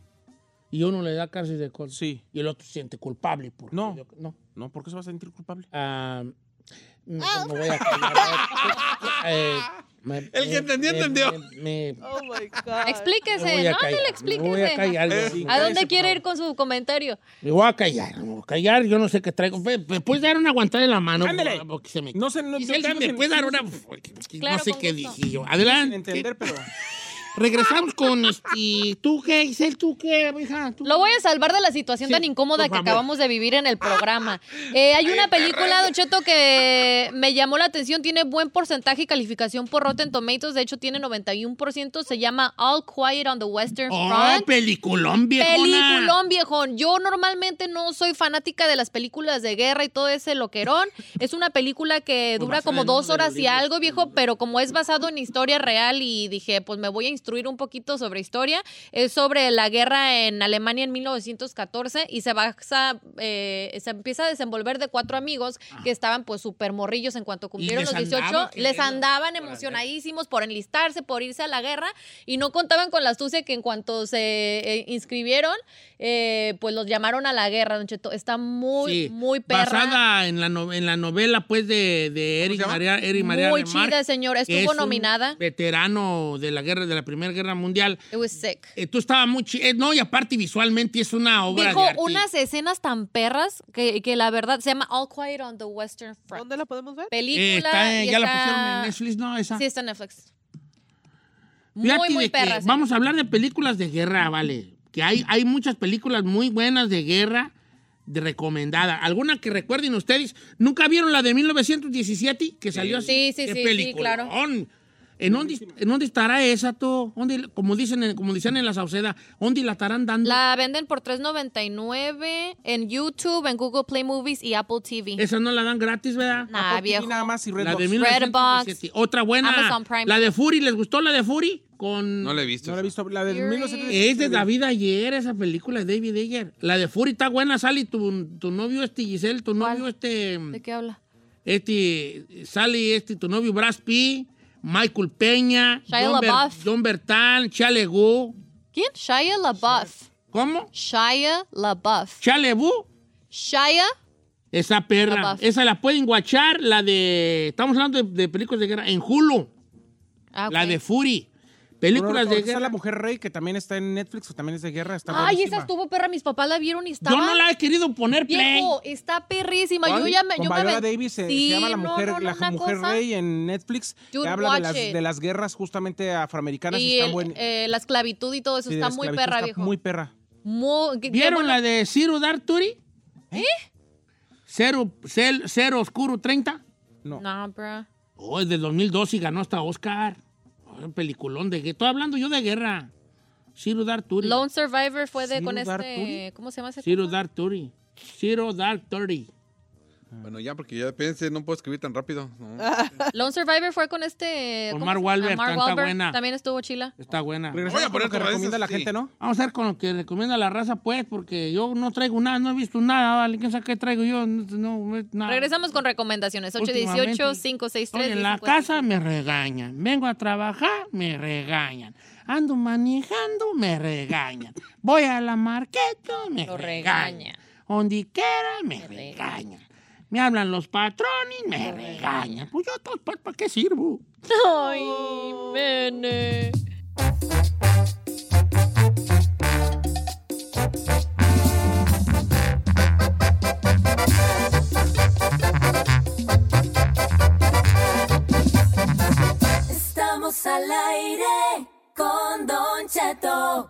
Speaker 1: Y uno le da cárcel de col.
Speaker 4: sí.
Speaker 1: Y el otro se siente culpable. Porque
Speaker 4: No.
Speaker 1: yo- no.
Speaker 4: No, ¿por qué se va a sentir culpable?
Speaker 1: Ah, mejor me voy a callar. Eh, me-
Speaker 2: El que
Speaker 1: me-
Speaker 2: entendió,
Speaker 1: me-
Speaker 2: entendió.
Speaker 1: me- me- me
Speaker 3: Explíquese,
Speaker 1: voy a
Speaker 3: no, ándale,
Speaker 1: callar, Me voy a
Speaker 3: explíquese.
Speaker 1: callar. yo.
Speaker 4: Eh, sí.
Speaker 3: ¿A
Speaker 4: Cállese,
Speaker 3: dónde
Speaker 4: por
Speaker 3: quiere ir con su comentario?
Speaker 1: Me voy a "Ah, callar. Me voy a callar. Yo no sé qué traigo. ¿Me me puedes dar una aguantada de la mano?
Speaker 4: Ándale.
Speaker 1: Por- Porque se me...
Speaker 4: No sé, no
Speaker 1: Giselle,
Speaker 4: yo sigo
Speaker 1: ¿me
Speaker 4: sin-
Speaker 1: puedes dar una...?
Speaker 3: Claro,
Speaker 1: no sé
Speaker 3: con
Speaker 1: qué
Speaker 3: gusto.
Speaker 1: dije yo.
Speaker 4: sin
Speaker 1: Adelante.
Speaker 4: entender, pero.
Speaker 1: Regresamos con este. ¿Tú qué, Giselle? ¿Tú qué, hija? ¿Tú
Speaker 3: Lo voy a salvar de la situación
Speaker 1: Sí,
Speaker 3: tan incómoda
Speaker 1: por
Speaker 3: que
Speaker 1: favor.
Speaker 3: acabamos de vivir en el programa. Eh, hay una película, Don Cheto, que me llamó la atención. Tiene buen porcentaje y calificación por Rotten Tomatoes. De hecho, tiene 91%. Se llama All Quiet on the Western
Speaker 1: Oh,
Speaker 3: Front.
Speaker 1: peliculón, viejona.
Speaker 3: Peliculón, viejón. Yo normalmente no soy fanática de las películas de guerra y todo ese loquerón. Es una película que
Speaker 1: Pues
Speaker 3: dura
Speaker 1: basada
Speaker 3: como
Speaker 1: en uno
Speaker 3: dos
Speaker 1: de los
Speaker 3: horas y
Speaker 1: libros.
Speaker 3: algo, viejo, pero como es basado en historia real y dije, pues me voy a instruir un poquito sobre historia, es sobre la guerra en Alemania en 1914 y se basa, eh, se empieza a desenvolver de cuatro amigos que estaban pues súper morrillos en cuanto cumplieron
Speaker 1: les
Speaker 3: los 18,
Speaker 1: andaba
Speaker 3: les
Speaker 1: queriendo
Speaker 3: andaban
Speaker 1: por allá.
Speaker 3: emocionadísimos por enlistarse, por irse a la guerra y no contaban con la astucia que en cuanto se eh, inscribieron, eh, pues los llamaron a la guerra, Don Cheto. Está muy,
Speaker 1: Sí,
Speaker 3: muy perra.
Speaker 1: Basada en la, no- en la novela, pues, de, de Eric
Speaker 2: se llama?
Speaker 1: María, Eric María
Speaker 3: muy
Speaker 1: Remarque,
Speaker 3: chida, señora.
Speaker 1: que
Speaker 3: Estuvo
Speaker 1: es un
Speaker 3: nominada.
Speaker 1: Veterano de la guerra, de la Primera Guerra Mundial.
Speaker 3: It was sick.
Speaker 1: Eh, tú estaba muy chi- eh, No, y aparte visualmente es una obra
Speaker 3: Dijo
Speaker 1: de arte.
Speaker 3: unas escenas tan perras que, que la verdad se llama All Quiet on the Western Front.
Speaker 7: ¿Dónde la podemos ver?
Speaker 3: Película.
Speaker 1: Eh, está, eh,
Speaker 3: y
Speaker 1: ya la
Speaker 3: está-
Speaker 1: pusieron en Netflix, ¿no? Esa.
Speaker 3: Sí, está en Netflix.
Speaker 1: Fíjate
Speaker 3: Muy, muy
Speaker 1: de que
Speaker 3: perra. señora.
Speaker 1: Vamos a hablar de películas de guerra, vale. Que hay, hay muchas películas muy buenas de guerra de recomendada. Alguna que recuerden ustedes. ¿Nunca vieron la de 1917 que salió así?
Speaker 3: Sí, sí,
Speaker 1: ¡Qué
Speaker 3: sí, sí,
Speaker 1: peliculón!
Speaker 3: claro.
Speaker 1: ¿En dónde, en dónde estará esa, tú? ¿Dónde- como, dicen, en- como decían en la Sauceda, ¿dónde la estarán dando?
Speaker 3: La venden por $3.99 en YouTube, en Google Play Movies y Apple TV.
Speaker 1: Esa no la dan gratis, ¿verdad?
Speaker 3: Nah, Apple TV viejo. nada
Speaker 4: más y
Speaker 1: La de
Speaker 3: Redbox.
Speaker 1: 1917.
Speaker 3: Redbox.
Speaker 1: Otra buena.
Speaker 3: Amazon Prime.
Speaker 1: La de Fury, ¿les gustó la de Fury? Con...
Speaker 2: No la he visto.
Speaker 4: No la he visto. La del 1917.
Speaker 1: Es de David Ayer, esa película de David Ayer. La de Fury está buena, Sally. Tu, tu novio este Giselle, tu novio este...
Speaker 3: ¿De qué habla?
Speaker 1: Este, Sally, este, tu novio Brad Pitt, Michael Peña,
Speaker 3: Shia
Speaker 1: John,
Speaker 3: LaBeouf.
Speaker 1: John Bertán, Chalegu.
Speaker 3: ¿Quién? Shia LaBeouf.
Speaker 1: ¿Cómo?
Speaker 3: Shia LaBeouf.
Speaker 1: Chalebu.
Speaker 3: Shia.
Speaker 1: Esa perra.
Speaker 3: LaBeouf.
Speaker 1: Esa la pueden guachar, la de... Estamos hablando de, de películas de guerra. En Hulu,
Speaker 3: Ah, ok.
Speaker 1: la de Fury. Películas de
Speaker 4: Está
Speaker 1: guerra.
Speaker 4: la Mujer Rey, que también está en Netflix, que también es de guerra. Está
Speaker 3: Ay,
Speaker 4: buenísima.
Speaker 3: esa estuvo perra. Mis papás la vieron y estaba.
Speaker 1: Yo no la he querido poner play.
Speaker 3: Viejo, está perrísima. Yo
Speaker 4: ¿Cuál?
Speaker 3: ya me.
Speaker 4: Con
Speaker 3: yo me
Speaker 4: Viola
Speaker 3: aven-
Speaker 4: Davis eh, se,
Speaker 3: Sí,
Speaker 4: llama La
Speaker 3: no,
Speaker 4: Mujer,
Speaker 3: no, no,
Speaker 4: la
Speaker 3: una
Speaker 4: mujer
Speaker 3: cosa.
Speaker 4: Rey en Netflix.
Speaker 3: Dude,
Speaker 4: que habla de
Speaker 3: watch
Speaker 4: las,
Speaker 3: it.
Speaker 4: de las guerras justamente afroamericanas.
Speaker 3: Y
Speaker 4: está
Speaker 3: el-
Speaker 4: buen-
Speaker 3: eh, la esclavitud y todo eso
Speaker 4: sí, de
Speaker 3: está
Speaker 4: la
Speaker 3: muy
Speaker 4: esclavitud,
Speaker 3: perra,
Speaker 4: está
Speaker 3: viejo.
Speaker 4: Muy perra.
Speaker 3: Muy- qué- qué
Speaker 1: ¿Vieron
Speaker 3: bueno.
Speaker 1: la de Ciro Darturi?
Speaker 4: ¿Eh?
Speaker 1: Cero, cel- Cero Oscuro 30.
Speaker 3: No, bro.
Speaker 1: Oh, es del 2002 y ganó hasta Oscar. Oh, un peliculón de guerra. Estoy hablando yo de guerra. Ciro Darturi.
Speaker 3: Lone Survivor fue de
Speaker 4: Ciro
Speaker 3: con este.
Speaker 4: Darturi.
Speaker 3: ¿Cómo se llama ese?
Speaker 1: Ciro Darturi. Ciro Darturi.
Speaker 2: Bueno, ya, porque ya pensé, no puedo escribir tan rápido. No.
Speaker 3: Lone Survivor fue con este.
Speaker 1: Con
Speaker 3: ¿cómo
Speaker 1: Mark
Speaker 3: se-
Speaker 1: Wahlberg,
Speaker 3: ah, Mark
Speaker 1: tanta
Speaker 3: Wahlberg.
Speaker 1: buena.
Speaker 3: También estuvo chila.
Speaker 1: Está buena.
Speaker 2: Voy a
Speaker 4: Regresamos con
Speaker 2: poner
Speaker 4: lo que
Speaker 2: otra vez,
Speaker 4: recomienda la
Speaker 2: sí.
Speaker 4: gente, ¿no?
Speaker 1: Vamos a ver con lo que recomienda la raza, pues, porque yo no traigo nada, no he visto nada, vale. ¿Quién sabe qué traigo yo? No, no, nada.
Speaker 3: Regresamos con recomendaciones.
Speaker 1: Últimamente,
Speaker 3: 818-563.
Speaker 1: Estoy en la casa, me regañan. Vengo a trabajar, me regañan. Ando manejando, me regañan. Voy a la marqueta, me
Speaker 3: Lo
Speaker 1: regañan.
Speaker 3: regaña.
Speaker 1: Donde quiera, me
Speaker 3: regaña.
Speaker 1: regañan. Me hablan los patrones, me regañan. Pues yo, todo, ¿pa- ¿para qué sirvo?
Speaker 3: Ay, mene.
Speaker 8: Estamos al aire con Don Cheto.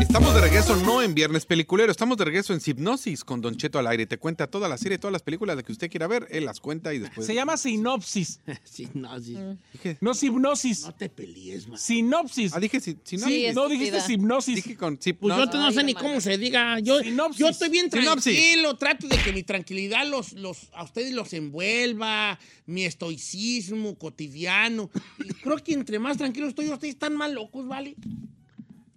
Speaker 2: Estamos de regreso no en Viernes Peliculero, estamos de regreso en Hipnosis con Don Cheto al aire. Te cuenta toda la serie, todas las películas de que usted quiera ver, él las cuenta y
Speaker 1: Pues,
Speaker 2: después...
Speaker 4: Se llama sinopsis.
Speaker 1: Sí, no, sí.
Speaker 2: Dije-
Speaker 4: No hipnosis.
Speaker 1: No te pelees, man.
Speaker 4: Sinopsis.
Speaker 2: ah, dije si, si no...
Speaker 3: Sí,
Speaker 2: dije-
Speaker 3: es-
Speaker 4: no dijiste
Speaker 3: estúpida.
Speaker 4: hipnosis.
Speaker 2: dije con... sí,
Speaker 1: Pues
Speaker 2: no,
Speaker 1: yo te- no
Speaker 3: Ay,
Speaker 1: sé ni
Speaker 3: hermana.
Speaker 1: cómo se diga. Yo,
Speaker 4: Sinopsis.
Speaker 1: yo estoy bien
Speaker 2: Sinopsis.
Speaker 1: tranquilo. Trato de que mi tranquilidad los, los, a ustedes los envuelva, mi estoicismo cotidiano. Y creo que entre más tranquilo estoy, ustedes están más locos, ¿vale?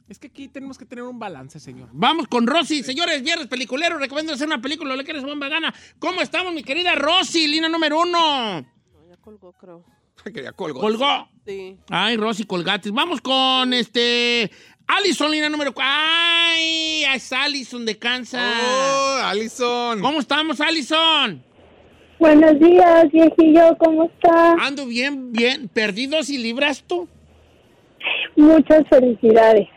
Speaker 4: Es que aquí tenemos que tener un balance, señor.
Speaker 1: Vamos con Rosy. Señores, viernes peliculero. Recomiendo hacer una película. Le quieres bomba gana. ¿Cómo estamos, mi querida Rosy? Lina número uno.
Speaker 9: Ya colgó, creo.
Speaker 2: que ya colgó.
Speaker 1: Colgó.
Speaker 9: Sí.
Speaker 1: Ay, Rosy Colgates. Vamos con este. Allison, línea número 4. Ay, es Allison de Kansas.
Speaker 2: ¡Oh, Allison!
Speaker 1: ¿Cómo estamos, Allison?
Speaker 10: Buenos días, viejillo, ¿cómo está?
Speaker 2: Ah.
Speaker 1: Ando bien, bien. ¿Perdidos y libras tú?
Speaker 10: Muchas felicidades.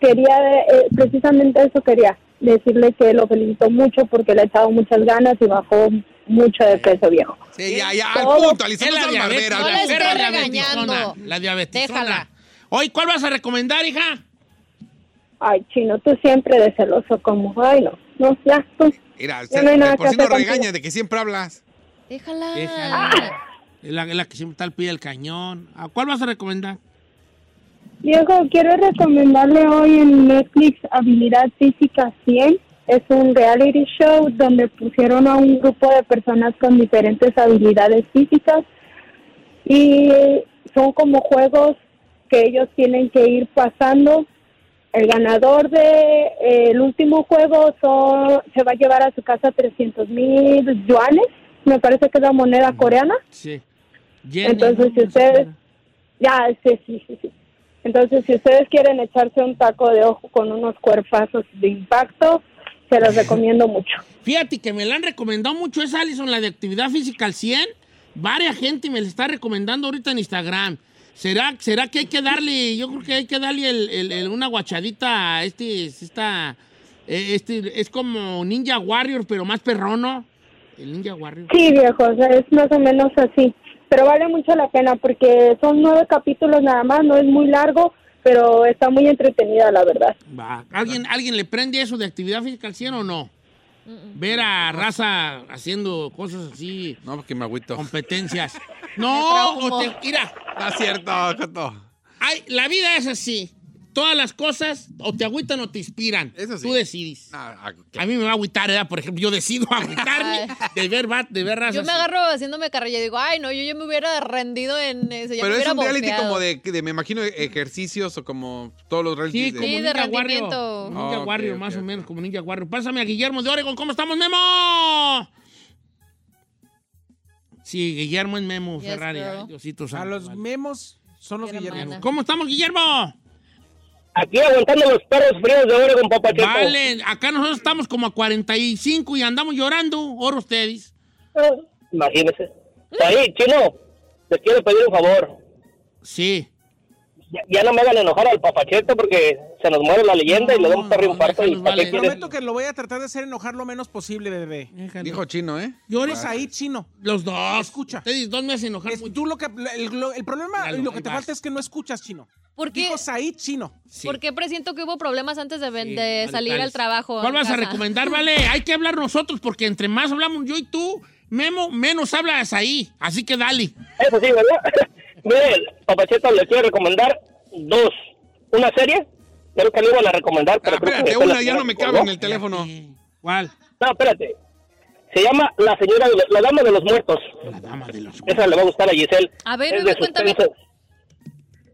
Speaker 10: Quería, eh, precisamente eso quería, decirle que lo felicito mucho porque le ha echado muchas ganas y bajó mucho de peso, viejo.
Speaker 2: Sí, ya, ya, al
Speaker 10: Todo.
Speaker 2: punto, Allison,
Speaker 1: Es
Speaker 2: no
Speaker 1: la
Speaker 2: seas
Speaker 1: diabetes.
Speaker 2: barbera.
Speaker 3: No la
Speaker 1: la
Speaker 3: esté
Speaker 1: perra
Speaker 3: regañando.
Speaker 1: diabetizona, La diabetes.
Speaker 3: Déjala.
Speaker 1: Hoy, ¿cuál vas a recomendar, hija?
Speaker 10: Ay, chino, tú siempre de celoso como, ay, no, no, ya, tú.
Speaker 2: Mira,
Speaker 10: Ya no hay nada
Speaker 2: por
Speaker 10: que
Speaker 2: si nos
Speaker 10: hacer
Speaker 2: regaña
Speaker 10: contigo.
Speaker 2: de que siempre hablas.
Speaker 3: Déjala.
Speaker 1: Es la, es la que siempre está al pie del cañón. ¿A cuál vas a recomendar?
Speaker 10: Diego, quiero recomendarle hoy en Netflix Habilidad Física 100. Es un reality show donde pusieron a un grupo de personas con diferentes habilidades físicas y son como juegos que ellos tienen que ir pasando. El ganador de eh, el último juego son- se va a llevar a su casa 300 mil yuanes, me parece que es la moneda coreana.
Speaker 1: Sí.
Speaker 10: Entonces, si ustedes. Ya, sí, sí, sí, sí. Entonces, si ustedes quieren echarse un taco de ojo con unos cuerpazos de impacto, se los recomiendo mucho.
Speaker 1: Fíjate que me la han recomendado mucho es Allison, la de actividad física al 100. Varia gente me la está recomendando ahorita en Instagram. ¿Será, será que hay que darle, yo creo que hay que darle el- el- el- una guachadita a este, esta, eh, este, es como Ninja Warrior, pero más perrono. El Ninja Warrior.
Speaker 10: Sí, viejo, o sea, es más o menos así. Pero vale mucho la pena porque son nueve capítulos nada más, no es muy largo, pero está muy entretenida, la verdad.
Speaker 1: Va. Ah, ¿Alguien, ¿Alguien le prende eso de actividad física al 100 o no? Ver a raza haciendo cosas así.
Speaker 2: No, porque me agüito.
Speaker 1: Competencias. No,
Speaker 2: Me traumó.
Speaker 1: o te- mira.
Speaker 2: Está cierto, Joto.
Speaker 1: Ay, la vida es así. Todas las cosas o te agüitan o te inspiran. Tú decides.
Speaker 2: ah,
Speaker 1: a mí me va a agüitar, ¿verdad? Por ejemplo, yo decido agüitarme de ver, va- de ver razas.
Speaker 3: Yo me agarro haciéndome carrilla y digo, ay, no, yo ya me hubiera rendido en eso. Ya
Speaker 2: Pero
Speaker 3: me
Speaker 2: es
Speaker 3: hubiera
Speaker 2: un reality
Speaker 3: bofeado".
Speaker 2: como de, de, me imagino, ejercicios o como todos los realities.
Speaker 1: Sí, como Ninja Warrior. Como Ninja
Speaker 2: Ah, ok,
Speaker 1: Warrior,
Speaker 2: ok,
Speaker 1: más o
Speaker 2: ok.
Speaker 1: menos, como Ninja Warrior. Pásame a Guillermo de Oregon. ¿Cómo estamos, Memo? Sí, Guillermo es Memo
Speaker 4: Yes,
Speaker 1: Ferrari.
Speaker 4: bro.
Speaker 1: Ay, Diosito
Speaker 4: A
Speaker 1: santo,
Speaker 4: los
Speaker 1: vale.
Speaker 4: memos son los Guillermo.
Speaker 1: ¿Cómo estamos, Guillermo?
Speaker 9: Aquí aguantando los perros fríos de Oregon, papá Checo.
Speaker 1: Vale, acá nosotros estamos como a 45 y andamos llorando. Oro ustedes.
Speaker 9: Imagínese. Ahí, chino, les quiero pedir un favor.
Speaker 1: Sí.
Speaker 9: Ya, ya no me hagan enojar al papacheto porque se nos muere la leyenda y le da un perro infarto. y ¿para qué quieres?
Speaker 4: Prometo que lo voy a tratar de hacer enojar lo menos posible, bebé.
Speaker 2: Dijo chino, ¿eh?
Speaker 4: Llores ahí, chino.
Speaker 1: Los dos.
Speaker 4: Escucha.
Speaker 1: Ustedes dos me hacen enojar
Speaker 4: mucho. Tú lo que, el, lo- el problema y lo que te
Speaker 1: vas.
Speaker 4: falta es que no escuchas, chino.
Speaker 3: ¿Por qué?
Speaker 4: Dijo Said, chino.
Speaker 3: ¿Por qué presiento que hubo problemas antes de,
Speaker 2: Eh,
Speaker 3: ven- de
Speaker 1: vale,
Speaker 3: salir
Speaker 1: tales.
Speaker 3: al trabajo?
Speaker 1: ¿Cuál
Speaker 3: en
Speaker 1: vas a
Speaker 3: casa?
Speaker 1: recomendar, vale? Hay que hablar nosotros porque entre más hablamos yo y tú, Memo, menos hablas ahí. Así que dale.
Speaker 9: Eso sí, ¿verdad? Mire, papacheto, le quiero recomendar dos. Una serie, creo que le iban a recomendar. Pero creo que después la señora colgó.
Speaker 1: teléfono. ¿Cuál?
Speaker 9: No, espérate. Se llama La Señora, de los- la Dama de los Muertos.
Speaker 1: La Dama de los
Speaker 9: Esa le va a gustar a Giselle.
Speaker 3: A ver,
Speaker 9: es
Speaker 3: Hugo,
Speaker 9: de
Speaker 3: cuéntame.
Speaker 9: suspenso.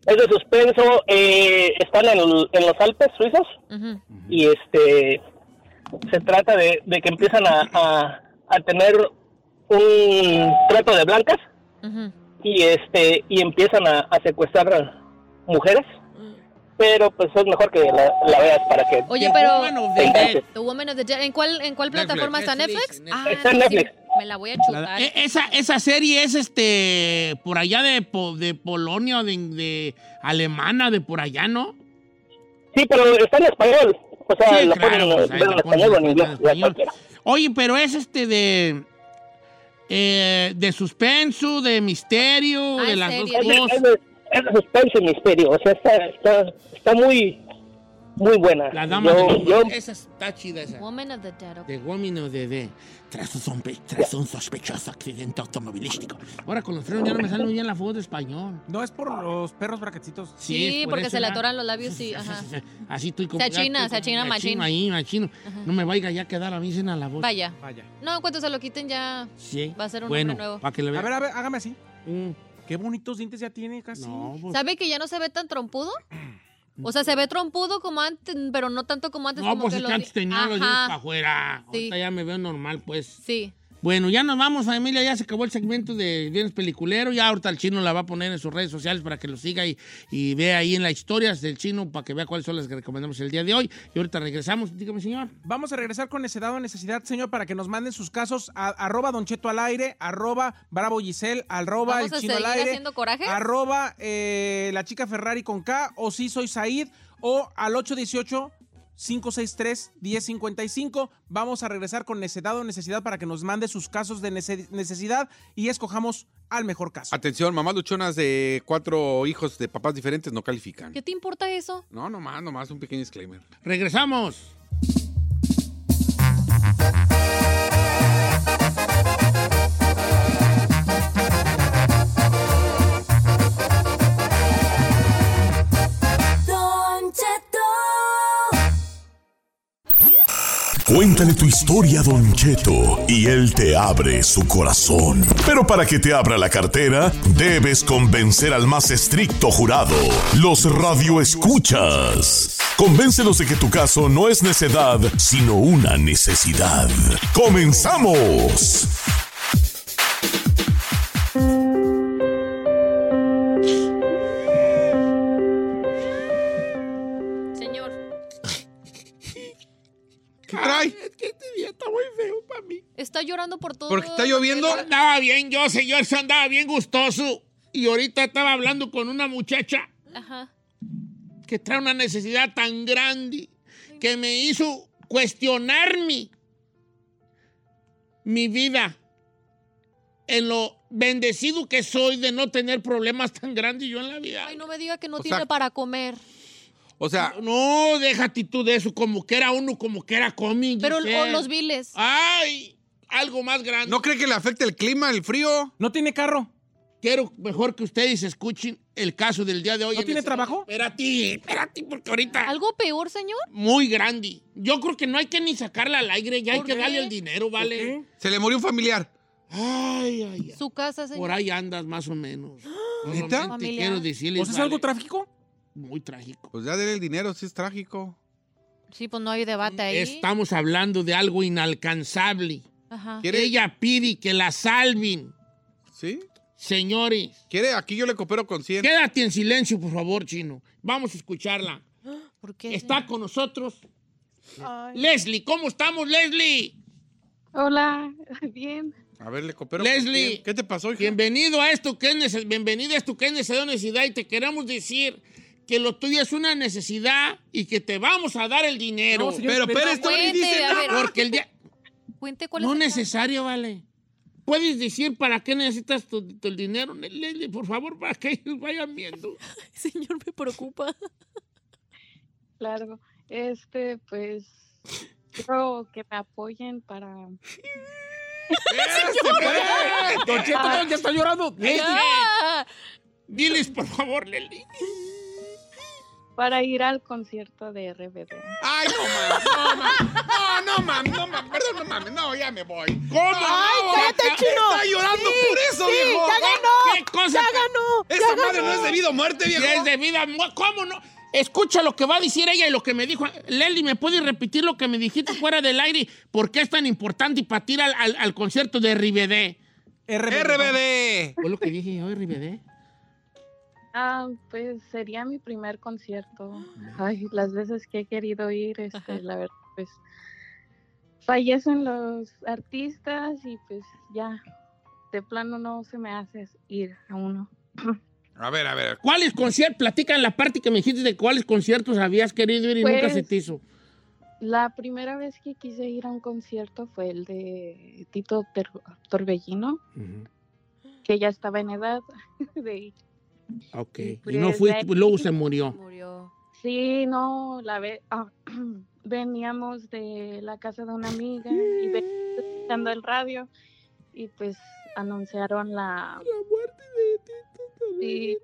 Speaker 9: Es de suspenso. eh, están en, en los Alpes suizos
Speaker 3: Ujú.
Speaker 9: y este se trata de, de que empiezan a, a- a tener un trato de blancas
Speaker 3: Ujú.
Speaker 9: y este y empiezan a, a secuestrar mujeres. Pero pues es mejor que la, la veas para que.
Speaker 3: Oye, pero.
Speaker 9: te enganches.
Speaker 3: The Woman of the Dead. ¿En cuál, en cuál plataforma está Netflix? Ah,
Speaker 9: Está en
Speaker 3: entonces sí,
Speaker 9: Netflix.
Speaker 3: me la voy a chutar.
Speaker 1: E- esa, esa serie es este por allá de, po- de Polonia o de, de Alemana, de por allá, ¿no?
Speaker 9: Sí, pero está en español. O sea,
Speaker 1: Sí,
Speaker 9: la
Speaker 1: claro,
Speaker 9: ponen
Speaker 1: pues,
Speaker 9: en-
Speaker 1: ahí
Speaker 9: en
Speaker 1: la
Speaker 9: español o en inglés. ya cualquiera.
Speaker 1: Oye, pero es este de. eh, de suspenso, de misterio, de las dos
Speaker 9: Es de-
Speaker 1: cosas.
Speaker 9: Es, de- es de suspenso y misterio. O sea, está, está, está muy, muy buena.
Speaker 1: La dama
Speaker 9: Yo-
Speaker 1: de
Speaker 9: yo-
Speaker 1: Esa está chida esa.
Speaker 3: Woman of the Dead. ok.
Speaker 1: De Gómino de D. Tras un, zombi- tras un sospechoso accidente automovilístico. Ahora con los frenos ya no me sale muy bien la voz de español.
Speaker 4: No es por los perros braquetitos.
Speaker 3: Sí, porque se le atoran los labios y. Ajá.
Speaker 1: Así estoy como-
Speaker 3: Se achina, se achina
Speaker 1: Me
Speaker 3: machín.
Speaker 1: achino ahí, me achino. No me vaya ya a quedar a mí sin a la voz.
Speaker 3: Vaya.
Speaker 4: Vaya.
Speaker 3: No, en cuanto se lo quiten ya.
Speaker 1: Sí.
Speaker 3: Va a ser un
Speaker 1: bueno,
Speaker 3: hombre nuevo.
Speaker 1: Para que le vea.
Speaker 4: A ver, a ver, hágame así.
Speaker 1: Mm.
Speaker 4: Qué bonitos dientes ya tiene casi.
Speaker 3: ¿Sabe que ya no se ve tan trompudo? O sea, se ve trompudo como antes, pero no tanto como antes.
Speaker 1: No,
Speaker 3: como
Speaker 1: pues
Speaker 3: que
Speaker 1: es
Speaker 3: los
Speaker 1: que antes
Speaker 3: di-
Speaker 1: tenía los dientes
Speaker 3: Ajá,
Speaker 1: para
Speaker 3: Sí.
Speaker 1: afuera. Ahorita ya me veo normal, pues.
Speaker 3: Sí.
Speaker 1: Bueno, ya nos vamos, familia. Ya se acabó el segmento de Viernes Peliculero. Ya ahorita el chino la va a poner en sus redes sociales para que lo siga y, y vea ahí en las historias del chino para que vea cuáles son las que recomendamos el día de hoy. Y ahorita regresamos. Dígame, señor.
Speaker 4: Vamos a regresar con necedad o necesidad, señor, para que nos manden sus casos a arroba Don Cheto al aire, arroba Bravo Giselle, arroba
Speaker 3: ¿Vamos
Speaker 4: El
Speaker 3: a
Speaker 4: Chino al
Speaker 3: seguir
Speaker 4: aire,
Speaker 3: haciendo corajes?
Speaker 4: arroba eh, La Chica Ferrari con K, o si soy Said, o al 818 563-1055. Vamos a regresar con Necedad o Necesidad para que nos mande sus casos de nece- necesidad y escojamos al mejor caso.
Speaker 2: Atención, mamás luchonas de cuatro hijos de papás diferentes no califican.
Speaker 3: ¿Qué te importa eso?
Speaker 2: No, nomás, nomás un pequeño disclaimer.
Speaker 1: Regresamos.
Speaker 8: Don Cheto.
Speaker 6: Cuéntale tu historia, Don Cheto, y él te abre su corazón. Pero para que te abra la cartera, debes convencer al más estricto jurado, los radioescuchas. Convéncelos de que tu caso no es necedad, sino una necesidad. ¡Comenzamos!
Speaker 3: Señor.
Speaker 2: ¿Qué trae?
Speaker 1: Es que este día está muy feo para mí.
Speaker 3: Está llorando por todo.
Speaker 2: Porque está lloviendo.
Speaker 1: Andaba bien yo, señor, yo andaba bien gustoso. Y ahorita estaba hablando con una muchacha
Speaker 3: Ajá.
Speaker 1: que trae una necesidad tan grande que me hizo cuestionarme mi vida en lo bendecido que soy de no tener problemas tan grandes yo en la vida.
Speaker 3: Ay, no me diga que no
Speaker 1: O
Speaker 3: tiene
Speaker 1: sea-
Speaker 3: para comer.
Speaker 2: O sea,
Speaker 1: no, déjate tú de eso, como que era uno, como que era cómic.
Speaker 3: Pero
Speaker 1: Giselle.
Speaker 3: o los viles.
Speaker 1: Ay, algo más grande.
Speaker 2: ¿No cree que le afecta el clima, el frío?
Speaker 4: No tiene carro.
Speaker 1: Quiero mejor que ustedes escuchen el caso del día de hoy. ¿No tiene trabajo? Espérate, espérate, porque ahorita
Speaker 3: ¿Algo peor, señor?
Speaker 1: muy grande. Yo creo que no hay que ni sacarla al aire, ya hay que darle el dinero, ¿vale?
Speaker 2: Se le murió un familiar.
Speaker 1: Ay, ay,
Speaker 3: Su casa,
Speaker 1: ay.
Speaker 3: señor.
Speaker 1: Por ahí andas más o menos.
Speaker 2: ¿Neta?
Speaker 1: Te quiero decirles.
Speaker 4: ¿Pues es algo trágico?
Speaker 1: Muy trágico.
Speaker 2: Pues ya dele el dinero, si es trágico.
Speaker 3: Sí, pues no hay debate ahí.
Speaker 1: Estamos hablando de algo inalcanzable.
Speaker 3: Ajá.
Speaker 2: ¿Quiere?
Speaker 1: Ella pide que la salven,
Speaker 2: ¿Sí?
Speaker 1: señores.
Speaker 2: ¿Quiere? Aquí yo le coopero con 100.
Speaker 1: Quédate en silencio, por favor, chino. Vamos a escucharla.
Speaker 3: ¿Por qué?
Speaker 1: Está con nosotros Leslie. ¿Cómo estamos, Leslie?
Speaker 11: Hola, bien.
Speaker 2: A ver, le coopero con
Speaker 1: Leslie.
Speaker 2: 100. ¿Qué te pasó, hija?
Speaker 1: Bienvenido a esto que es nece- bienvenida a esto que es necesidad, necesidad y te queremos decir que lo tuyo es una necesidad y que te vamos a dar el dinero.
Speaker 4: No, señor, Pero, pero
Speaker 3: espera, esto ni cuente, dice a nada. ver.
Speaker 1: Porque el día
Speaker 3: Cuente cuál
Speaker 1: no
Speaker 3: es. el-
Speaker 1: necesario, vale. Puedes decir para qué necesitas tu, tu- el dinero, Leslie, por favor, para que ellos vayan viendo.
Speaker 3: Señor, me preocupa.
Speaker 11: Claro, este, pues, quiero que me apoyen para...
Speaker 4: Don Cheto,
Speaker 11: Ah,
Speaker 4: ya está llorando.
Speaker 1: Leslie,
Speaker 3: Ah,
Speaker 1: diles por favor, Leslie.
Speaker 11: para ir al concierto de RBD.
Speaker 2: Ay, no mames, no mames. No, no mames, no mames. Perdón, no mames. No, ya me voy.
Speaker 1: ¿Cómo?
Speaker 12: ¡Ay,
Speaker 1: no?
Speaker 12: cállate,
Speaker 1: Acá-
Speaker 12: chino!
Speaker 2: Está llorando
Speaker 12: Sí,
Speaker 2: por eso,
Speaker 12: sí,
Speaker 2: viejo.
Speaker 12: ¡Ya ganó!
Speaker 1: ¿Qué cosa?
Speaker 12: ¡Ya ganó!
Speaker 2: Esa
Speaker 12: ¡Ya
Speaker 2: madre no
Speaker 12: ganó!
Speaker 2: es debido a muerte,
Speaker 1: Si
Speaker 2: viejo.
Speaker 1: es de vida, mu- ¿cómo no? Escucha lo que va a decir ella y lo que me dijo. Leli, ¿me puedes repetir lo que me dijiste fuera del aire? ¿Por qué es tan importante para ti ir al, al- al concierto de RBD?
Speaker 2: RBD.
Speaker 1: ¿Fue lo que dije yo, RBD?
Speaker 11: Ah, pues sería mi primer concierto. Ay, las veces que he querido ir, este, la verdad, pues fallecen los artistas y pues ya, de plano no se me hace ir a uno.
Speaker 2: A ver, a ver.
Speaker 1: ¿Cuáles conciertos? Platica en la parte que me dijiste de cuáles conciertos habías querido ir y nunca
Speaker 11: Pues-
Speaker 1: se te hizo.
Speaker 11: La primera vez que quise ir a un concierto fue el de Tito Ter- Torbellino, que ya estaba en edad de ir.
Speaker 1: Ok.
Speaker 11: pues,
Speaker 1: y no fuiste,
Speaker 11: ahí-
Speaker 1: luego se murió.
Speaker 3: Murió.
Speaker 11: Sí, no, la ve ah, veníamos de la casa de una amiga y veníamos escuchando el radio y pues anunciaron la... Sí.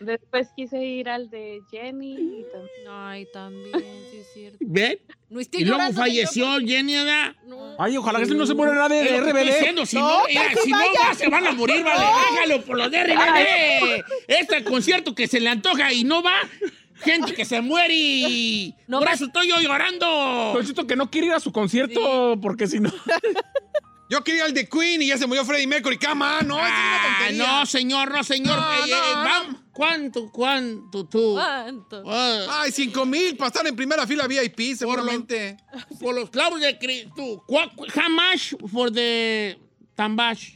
Speaker 11: Después quise ir al de Jenny y también.
Speaker 3: Ay, también, sí es cierto.
Speaker 1: ¿Ven?
Speaker 3: No estoy
Speaker 1: Y luego
Speaker 3: llorando,
Speaker 1: falleció Jenny, ¿verdad?
Speaker 3: señor. No.
Speaker 4: Ay, ojalá que se no se muera nadie
Speaker 1: Es
Speaker 4: de
Speaker 1: lo que estoy
Speaker 4: RBD.
Speaker 1: diciendo, si
Speaker 12: No,
Speaker 1: no,
Speaker 12: que
Speaker 1: mira,
Speaker 12: se
Speaker 1: si no
Speaker 12: vaya.
Speaker 1: va, se van a morir, vale. Hágalo por los de RBD. Este concierto que se le antoja y no va, gente que se muere.
Speaker 3: No,
Speaker 1: por
Speaker 3: ma-
Speaker 1: eso estoy yo llorando.
Speaker 4: Don Cheto, que no quiere ir a su concierto porque si no...
Speaker 2: Yo quería el de Queen y ya se murió Freddie Mercury. ¡Cama! No, esa es una
Speaker 1: Ah,
Speaker 2: tontería.
Speaker 1: no, señor, no, señor.
Speaker 2: No,
Speaker 1: Eh, eh,
Speaker 2: no,
Speaker 1: vam- ¿Cuánto, cuánto tú?
Speaker 3: ¿Cuánto?
Speaker 1: Ah,
Speaker 2: Ay, cinco mil para estar en primera fila VIP, seguramente.
Speaker 1: por los clavos de Cristo. ¿Cuá- cu- How much for the tambash?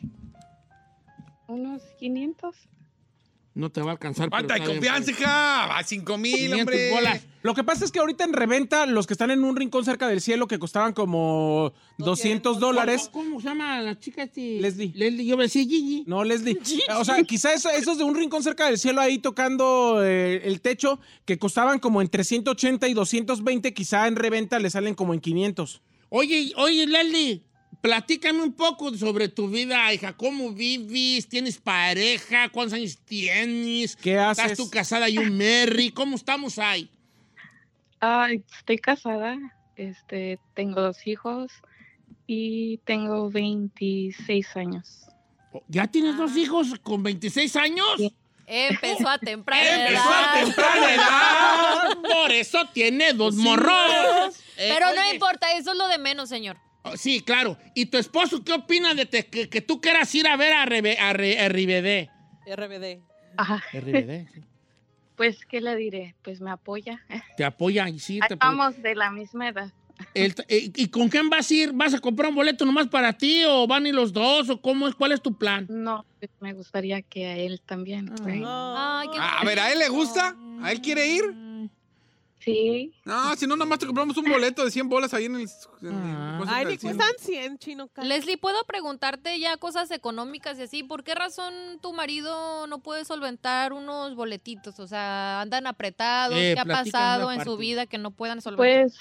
Speaker 11: unos 500.
Speaker 1: No te va a alcanzar. pero
Speaker 2: Falta de
Speaker 1: está bien,
Speaker 2: confianza,
Speaker 1: pues.
Speaker 2: hija. A 5 mil,
Speaker 4: 500
Speaker 2: hombre.
Speaker 4: bolas. Lo que pasa es que ahorita en reventa, los que están en un rincón cerca del cielo que costaban como 200 dólares.
Speaker 1: ¿Cómo, cómo se llama la chica este?
Speaker 4: Leslie.
Speaker 1: Leslie, yo me decía Gigi.
Speaker 4: No, Leslie. O sea, quizá eso- esos de un rincón cerca del cielo ahí tocando eh, el techo que costaban como entre 180 y 220, quizá en reventa le salen como en 500.
Speaker 1: Oye, oye, Leslie, platícame un poco sobre tu vida, hija. ¿Cómo vives? ¿Tienes pareja? ¿Cuántos años tienes?
Speaker 4: ¿Qué haces?
Speaker 1: ¿Estás tú casada y un Merry? ¿Cómo estamos ahí?
Speaker 11: Ah, estoy casada, este, tengo dos hijos y tengo 26 años.
Speaker 1: ¿Ya tienes dos hijos con 26 años?
Speaker 3: Empezó a temprana
Speaker 1: Empezó a
Speaker 3: edad.
Speaker 1: temprana edad. Por eso tiene dos morros. Eh,
Speaker 3: Pero no
Speaker 1: oye,
Speaker 3: importa, eso es lo de menos, señor.
Speaker 1: oh, Sí, claro. ¿Y tu esposo qué opina de te- que, que tú quieras ir a ver a, Rebe- a Re- a RBD?
Speaker 3: RBD.
Speaker 11: Ajá.
Speaker 1: RBD, sí.
Speaker 11: Pues, ¿qué le diré? Pues me apoya.
Speaker 1: Te apoya y sí. Te apoya.
Speaker 11: Estamos de la misma edad.
Speaker 1: El- eh, ¿Y con quién vas a ir? ¿Vas a comprar un boleto nomás para ti o van a ir los dos? ¿O cómo es? ¿Cuál es tu plan?
Speaker 11: No, pues, me gustaría que a él también. güey.
Speaker 3: Ay, qué
Speaker 2: Ah, A a ver, ¿a él le gusta? ¿A él quiere ir?
Speaker 11: Sí.
Speaker 2: No, si no, nomás te compramos un boleto de 100 bolas ahí en el. en
Speaker 1: Ah.
Speaker 2: el
Speaker 1: Pues
Speaker 2: coso
Speaker 12: Ay,
Speaker 2: del
Speaker 12: me
Speaker 2: cien.
Speaker 12: cuestan 100, chino. ca-
Speaker 3: Leslie, ¿puedo preguntarte ya cosas económicas y así? ¿Por qué razón tu marido no puede solventar unos boletitos? O sea, andan apretados,
Speaker 1: Eh,
Speaker 3: ¿qué ha
Speaker 1: platícame
Speaker 3: pasado
Speaker 1: una
Speaker 3: en su
Speaker 1: parte.
Speaker 3: vida que no puedan solventar?
Speaker 11: Pues,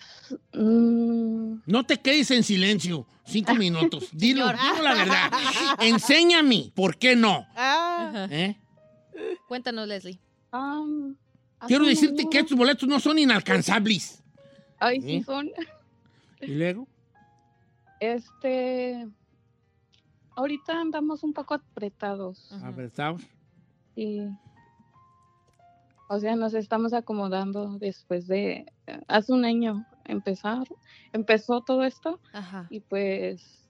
Speaker 11: mm,
Speaker 1: No te quedes en silencio. Cinco minutos. Dilo, dilo la verdad. Enséñame. ¿Por qué no?
Speaker 12: Ah,
Speaker 1: ¿Eh?
Speaker 3: Cuéntanos, Leslie.
Speaker 11: um,
Speaker 3: Ah,
Speaker 11: hace
Speaker 1: Quiero
Speaker 11: un
Speaker 1: decirte
Speaker 11: año-
Speaker 1: que estos boletos no son inalcanzables.
Speaker 11: Ay, sí
Speaker 1: ¿Eh?
Speaker 11: son.
Speaker 1: ¿Y luego?
Speaker 11: Este, ahorita andamos un poco apretados.
Speaker 1: Apretados.
Speaker 11: Sí. O sea, nos estamos acomodando después de hace un año empezar, empezó todo esto
Speaker 3: Ajá.
Speaker 11: y pues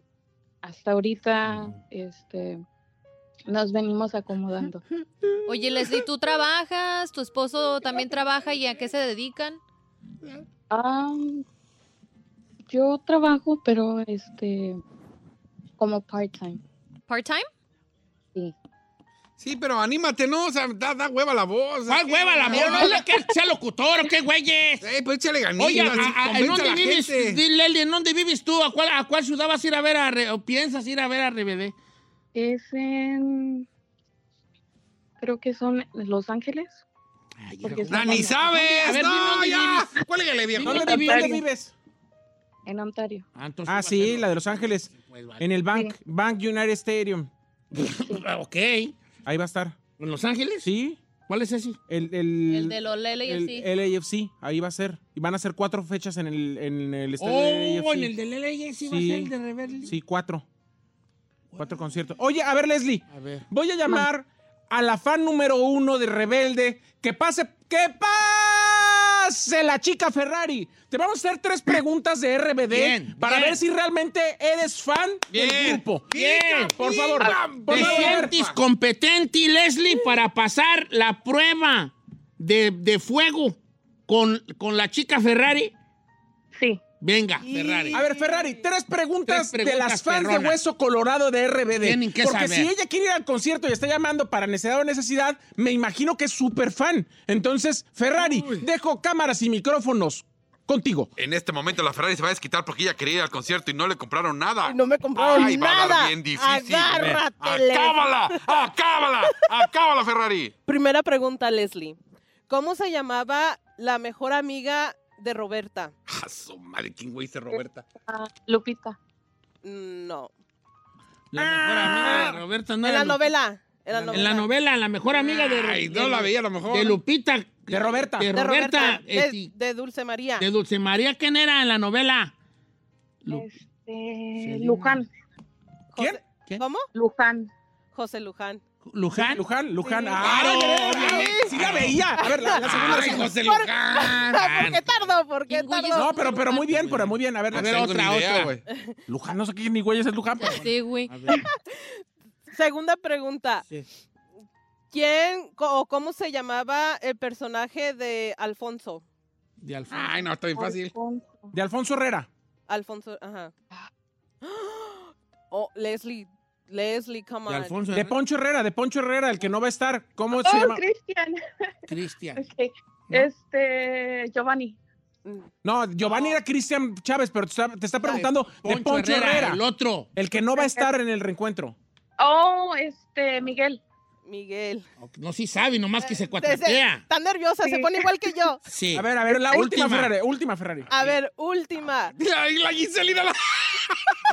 Speaker 11: hasta ahorita este nos venimos acomodando.
Speaker 1: ¿Eh?
Speaker 3: Oye, Leslie, ¿tú trabajas? ¿Tu esposo también trabaja y a qué se dedican?
Speaker 11: Am, Ah, yo trabajo, pero este como part-time.
Speaker 3: ¿Part-time?
Speaker 2: Sí, pero anímate, ¿no? O sea, da, da hueva la voz.
Speaker 1: ¡Ay, hueva la
Speaker 2: Pero
Speaker 1: morra!
Speaker 2: no-
Speaker 1: ¿No le quieres que sea locutor o qué güeyes?
Speaker 2: Ey, pues échale ganitas.
Speaker 1: Oye, a- a- ¿en
Speaker 2: convence a
Speaker 1: dónde
Speaker 2: la
Speaker 1: vives?
Speaker 2: gente.
Speaker 1: Di, Leli, ¿en dónde vives tú? ¿A cuál, a cuál ciudad vas a ir a ver a Re- o piensas ir a ver a RBD?
Speaker 11: Es en creo que son Los Ángeles. porque
Speaker 2: Ah,
Speaker 11: estamos-
Speaker 2: ni sabes.
Speaker 1: A ver, dime
Speaker 2: no,
Speaker 1: dónde
Speaker 2: ya. Cuélguele, viejo.
Speaker 1: Dime
Speaker 4: ¿Dónde,
Speaker 1: dónde
Speaker 4: vi-
Speaker 1: vives.
Speaker 4: dónde vives?
Speaker 11: En Ontario.
Speaker 1: Ah, entonces
Speaker 4: Ah,
Speaker 1: tú vas a
Speaker 4: sí,
Speaker 1: ir-
Speaker 4: la de Los Ángeles.
Speaker 1: Pues vale.
Speaker 4: En el Bank, Bank United Stadium.
Speaker 1: Ok. ¿En
Speaker 4: Ahí va a estar.
Speaker 1: Los Ángeles?
Speaker 4: Sí,
Speaker 1: ¿Cuál es ese?
Speaker 4: el,
Speaker 3: El de los Lele y
Speaker 4: el
Speaker 1: E
Speaker 3: así.
Speaker 4: LAFC, ahí va a ser. Y van a ser cuatro fechas en el, en el este estadio del
Speaker 1: Oh,
Speaker 4: LAFC.
Speaker 1: en el de Lele sí va a ser el de Rebelde.
Speaker 4: Sí, cuatro. Cuatro conciertos. Oye, a ver, Leslie,
Speaker 1: A ver.
Speaker 4: voy a llamar a la fan número uno de Rebelde. Que pase, que pase la chica Ferrari. Te vamos a hacer tres preguntas de RBD
Speaker 1: Bien,
Speaker 4: para
Speaker 1: bien.
Speaker 4: ver si realmente eres fan del
Speaker 2: Bien.
Speaker 4: grupo.
Speaker 1: Bien.
Speaker 4: Por favor, por
Speaker 1: ¿Te
Speaker 4: favor.
Speaker 1: sientes competente, Leslie, para pasar la prueba de, de fuego con, con la chica Ferrari?
Speaker 11: Sí.
Speaker 1: Venga, Ferrari.
Speaker 4: A ver, Ferrari, tres preguntas,
Speaker 1: Tres preguntas
Speaker 4: de las fans de
Speaker 1: perronas.
Speaker 4: Hueso Colorado de RBD.
Speaker 1: Tienen que
Speaker 4: Porque
Speaker 1: saber.
Speaker 4: si ella quiere ir al concierto y está llamando para necesidad o necesidad, me imagino que es súper fan. Entonces, Ferrari, dejo cámaras y micrófonos contigo.
Speaker 2: En este momento la Ferrari se va a desquitar porque ella quería ir al concierto y no le compraron nada.
Speaker 12: Y no me compraron
Speaker 2: Ay, va a
Speaker 12: nada.
Speaker 2: dar bien difícil.
Speaker 12: Agárratele.
Speaker 2: ¡Acábala! ¡Acábala! ¡Acábala, Ferrari!
Speaker 12: Primera pregunta, Leslie. ¿Cómo se llamaba la mejor amiga de Roberta?
Speaker 2: ¡Ah, su madre! ¿Quién güey dice Roberta?
Speaker 11: Ah, Lupita.
Speaker 12: Mm, No.
Speaker 1: La mejor
Speaker 4: Ah.
Speaker 1: amiga de Roberta no
Speaker 12: en
Speaker 1: era
Speaker 12: la
Speaker 1: Lu-
Speaker 12: novela. En la
Speaker 1: En
Speaker 12: novela.
Speaker 1: la novela, la mejor amiga de
Speaker 2: Ay, no
Speaker 1: de-
Speaker 2: la veía a lo mejor.
Speaker 1: De Lupita.
Speaker 4: De Roberta.
Speaker 1: De
Speaker 12: De
Speaker 1: Roberta.
Speaker 12: Roberta. De,
Speaker 1: este,
Speaker 12: de Dulce María.
Speaker 11: Eh,
Speaker 1: de Dulce María, ¿quién era en la novela? Lu-
Speaker 11: Este,
Speaker 1: Selena.
Speaker 11: Luján.
Speaker 4: ¿Quién?
Speaker 12: José-
Speaker 1: ¿Quién?
Speaker 12: ¿Cómo?
Speaker 11: Luján.
Speaker 12: José Luján.
Speaker 1: Luján.
Speaker 4: Eh, Luján, Luján.
Speaker 12: Sí.
Speaker 4: ¡Ah,
Speaker 1: Claro,
Speaker 4: ya, ya, ya,
Speaker 1: obviamente.
Speaker 4: Sí la veía. A ver, la, la segunda.
Speaker 2: ¡Ay, José
Speaker 12: Por-
Speaker 2: Luján!
Speaker 12: ¿Por qué tardó? ¿Por qué
Speaker 3: Ingüelles
Speaker 12: tardó?
Speaker 4: No, pero, pero muy bien, pero muy bien. A ver,
Speaker 1: A
Speaker 4: la
Speaker 1: ver,
Speaker 4: segunda.
Speaker 1: otra, otra.
Speaker 2: güey.
Speaker 4: Luján, no sé qué ni güey es el Luján. pero-
Speaker 3: Sí, güey.
Speaker 1: A ver,
Speaker 12: Segunda pregunta.
Speaker 1: sí.
Speaker 12: ¿Quién co- o cómo se llamaba el personaje de Alfonso?
Speaker 1: De Alfonso.
Speaker 2: Ay, no, está bien fácil.
Speaker 11: Alfonso.
Speaker 4: De Alfonso Herrera.
Speaker 12: Alfonso, ajá. Oh, Leslie, Leslie, come on.
Speaker 4: De Alfonso De Poncho Herrera, de Poncho Herrera, el que no va a estar. ¿Cómo se
Speaker 11: Oh,
Speaker 4: llama?
Speaker 11: Cristian.
Speaker 1: Cristian.
Speaker 11: Ok. Este, Giovanni.
Speaker 4: No, Giovanni era Cristian Chávez, pero te está, te está preguntando de
Speaker 11: Poncho
Speaker 4: Poncho
Speaker 11: Herrera,
Speaker 4: Herrera,
Speaker 1: el otro.
Speaker 4: El que no va a estar en el reencuentro.
Speaker 11: Oh, este, Miguel.
Speaker 12: Miguel.
Speaker 1: No, sí sabe, nomás que se
Speaker 12: Desde-
Speaker 1: cuatratea.
Speaker 12: Está nerviosa, se pone igual que yo.
Speaker 1: Sí.
Speaker 4: A ver, a ver, la última, Ferrari, última Ferrari.
Speaker 12: A ver, última.
Speaker 2: Ay, la Giselina la...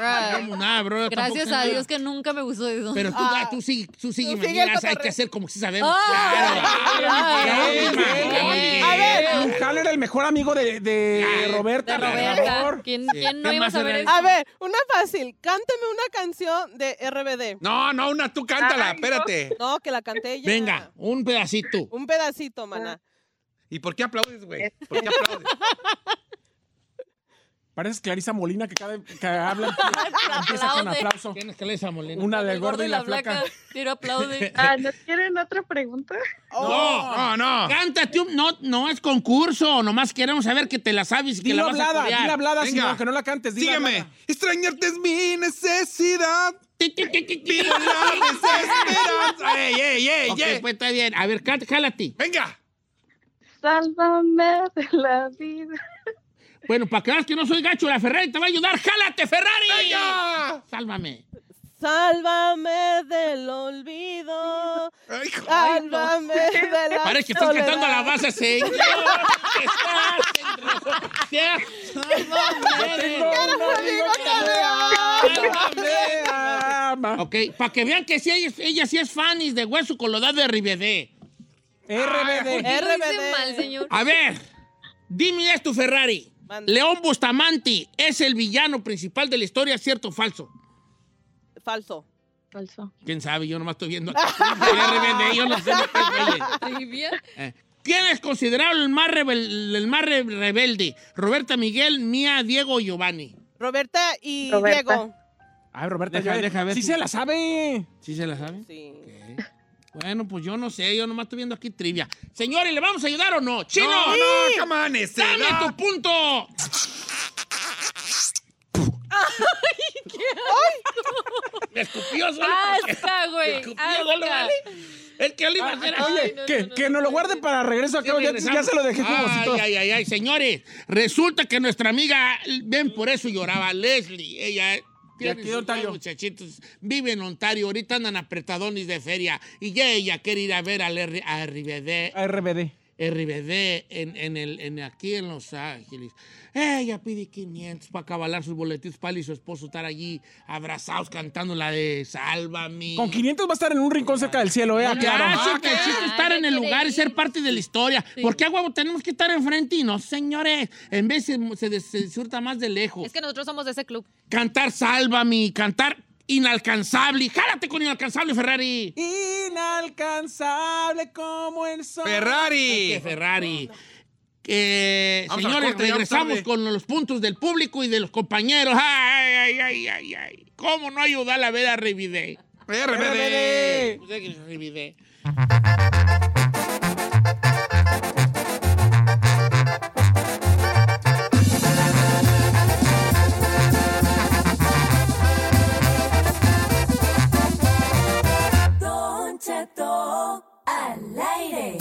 Speaker 2: Ah,
Speaker 1: No, nada, bro, yo tampoco
Speaker 3: Gracias
Speaker 1: sé
Speaker 3: a
Speaker 1: nada.
Speaker 3: Dios que nunca me gustó eso.
Speaker 1: Pero tú, ah, tú sigue,
Speaker 3: Tú
Speaker 1: tú sigue,
Speaker 3: sigue
Speaker 1: Mañana,
Speaker 3: el
Speaker 1: hay que
Speaker 3: cotorreo.
Speaker 1: hacer como si sabemos.
Speaker 3: Ah.
Speaker 1: Claro.
Speaker 3: Ay,
Speaker 1: La última,
Speaker 4: Ay,
Speaker 1: la
Speaker 4: Miguel.
Speaker 1: última.
Speaker 4: Luján era el mejor amigo de, de Roberta. por favor.
Speaker 3: ¿Quién,
Speaker 4: Sí.
Speaker 3: quién no
Speaker 4: ¿Qué
Speaker 3: iba a
Speaker 4: más
Speaker 3: saber
Speaker 4: era?
Speaker 3: eso?
Speaker 12: A ver, una fácil. Cántame una canción de RBD.
Speaker 2: No, no, una, tú cántala, espérate.
Speaker 12: No, que la canté ella.
Speaker 1: Venga, un pedacito.
Speaker 12: Un pedacito, maná. Este,
Speaker 2: ¿Y por qué aplaudes, Ah, güey?
Speaker 4: Pareces Clarisa Molina que cada que habla empieza con
Speaker 1: Aplaude.
Speaker 4: aplauso.
Speaker 1: ¿Quién es Clarisa Molina?
Speaker 4: Una del gordo y la flaca.
Speaker 3: Tiro aplaude.
Speaker 11: Ah, ¿no quieren otra pregunta?
Speaker 1: No, no, no. Cántate un. No, no es concurso. Nomás queremos saber que te la sabes y que
Speaker 4: Dilo
Speaker 1: la vas
Speaker 4: hablada,
Speaker 1: a corear.
Speaker 4: dilo hablada, si no, que no la cantes, dila
Speaker 2: Sígueme.
Speaker 4: hablada.
Speaker 2: Extrañarte es mi necesidad. Vivo la desesperanza. Ey, ey, ey,
Speaker 1: Ok,
Speaker 2: ey.
Speaker 1: pues está bien. A ver, cá- jálate.
Speaker 2: Venga.
Speaker 11: Sálvame de la vida.
Speaker 1: Bueno, para que veas que no soy gacho, la Ferrari te va a ayudar. ¡Jálate, Ferrari!
Speaker 2: ¡Venga!
Speaker 1: Sálvame.
Speaker 12: Sálvame del olvido. Sálvame de la
Speaker 1: Parece que estás
Speaker 12: soledad.
Speaker 1: cantando a la base, señor. que estás en ro- Te-
Speaker 4: Tengo un amigo que me ama, me ama.
Speaker 1: Ok, para que vean que sí, ella, ella sí es fan y de hueso colorado de RBD.
Speaker 4: RBD.
Speaker 3: Dice mal, señor.
Speaker 1: A ver, dime esto, Ferrari.
Speaker 12: Mande.
Speaker 1: León Bustamante es el villano principal de la historia, ¿cierto o falso?
Speaker 12: Falso.
Speaker 11: Falso.
Speaker 1: ¿Quién sabe? Yo nomás estoy viendo. aquí. El RBD, yo no sé lo que es, güey.
Speaker 3: Trivia.
Speaker 1: Eh, ¿Quién es considerado el más, rebel- el más re- rebelde? Roberta Miguel, Mía, Diego o Giovanni.
Speaker 12: Roberta y
Speaker 1: Roberta.
Speaker 12: Diego.
Speaker 4: Ay, Roberta,
Speaker 1: Deja-
Speaker 4: ya-
Speaker 1: deja ver
Speaker 4: Sí
Speaker 1: si-
Speaker 4: se la sabe.
Speaker 1: ¿Sí se la saben?
Speaker 12: Sí.
Speaker 1: Bueno, pues yo no sé, yo nomás estoy viendo aquí trivia. Señores, ¿le vamos a ayudar o no? este, ¡Chino!
Speaker 2: No, no, come on, ese,
Speaker 1: ¡Dame
Speaker 2: no.
Speaker 1: tu punto! Me escupió solo.
Speaker 3: Asca, güey,
Speaker 1: Me escupió
Speaker 3: asca.
Speaker 1: solo, ¿vale? El que le iba a hacer así.
Speaker 4: Oye, que, que nos lo guarde para regreso acá. Ya, ya se lo dejé como si
Speaker 1: ay,
Speaker 4: todo.
Speaker 1: ay, ay, ay, señores. Resulta que nuestra amiga, ven, por eso lloraba Leslie. Ella eh, tiene
Speaker 4: aquí de
Speaker 1: sus
Speaker 4: Ontario.
Speaker 1: muchachitos. Vive en Ontario. Ahorita andan apretadones de feria. Y ya ella quiere ir a ver al R- a RBD.
Speaker 4: RBD.
Speaker 1: RBD en, en el, en aquí en Los Ángeles. Ella pide 500 para acabalar sus boletitos para él y su esposo estar allí abrazados cantando la de Sálvame.
Speaker 4: Con 500 va a estar en un rincón cerca del cielo, ¿eh?
Speaker 1: Ya,
Speaker 4: Aclaro.
Speaker 1: sí, que el chiste es estar en el lugar y ser parte de la historia. Porque a huevo tenemos que estar enfrente y no, señores. En vez se, se des- se disfruta más de lejos.
Speaker 3: Es que nosotros somos de ese club.
Speaker 1: Cantar Sálvame, cantar Inalcanzable. Jálate con Inalcanzable, Ferrari.
Speaker 4: Inalcanzable como el sol.
Speaker 1: Ay,
Speaker 2: Ferrari.
Speaker 1: que Ferrari. Eh,
Speaker 2: Vamos a la
Speaker 1: señores,
Speaker 2: corte, ya vamos
Speaker 1: regresamos
Speaker 2: tarde.
Speaker 1: con los puntos del público y de los compañeros. Ay, ay, ay, ay, ay. ¿Cómo no ayudar a ver a Rivide?
Speaker 2: RBD.
Speaker 1: Pues, eh, Rivide.
Speaker 8: Don Cheto al aire.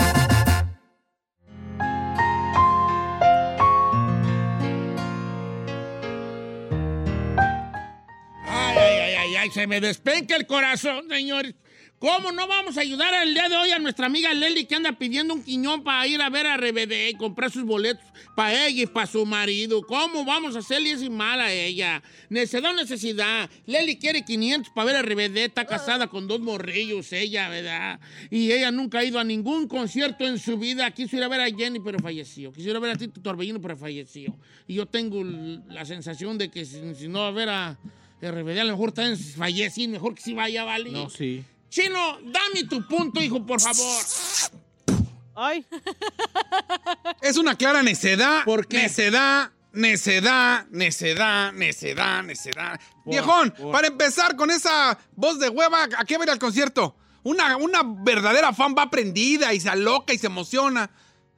Speaker 1: Ay, ay, ay, ay, ay, se me despenca el corazón, señores. ¿Cómo no vamos a ayudar el día de hoy a nuestra amiga Leli que anda pidiendo un quiñón para ir a ver a RBD y comprar sus boletos para ella y para su marido? ¿Cómo vamos a hacerle ese mal a ella? Necesidad o necesidad. Leli quiere 500 para ver a RBD, está casada con dos morrillos ella, ¿verdad? Y ella nunca ha ido a ningún concierto en su vida. Quiso ir a ver a Jenny, pero falleció. Quiso ir a ver a Tito Torbellino, pero falleció. Y yo tengo l- la sensación de que si, si no va a ver a... RBD a lo mejor también fallece y mejor que si vaya, ¿vale?
Speaker 4: No, sí.
Speaker 1: Chino, dame tu punto, hijo, por favor.
Speaker 12: Ay.
Speaker 2: Es una clara necedad. ¿Por qué? Necedad, necedad, necedad, necedad, necedad. Viejón,
Speaker 4: por-
Speaker 2: para empezar con esa voz de hueva, ¿a qué va a ir al concierto? Una, una verdadera fan va prendida y se aloca y se emociona.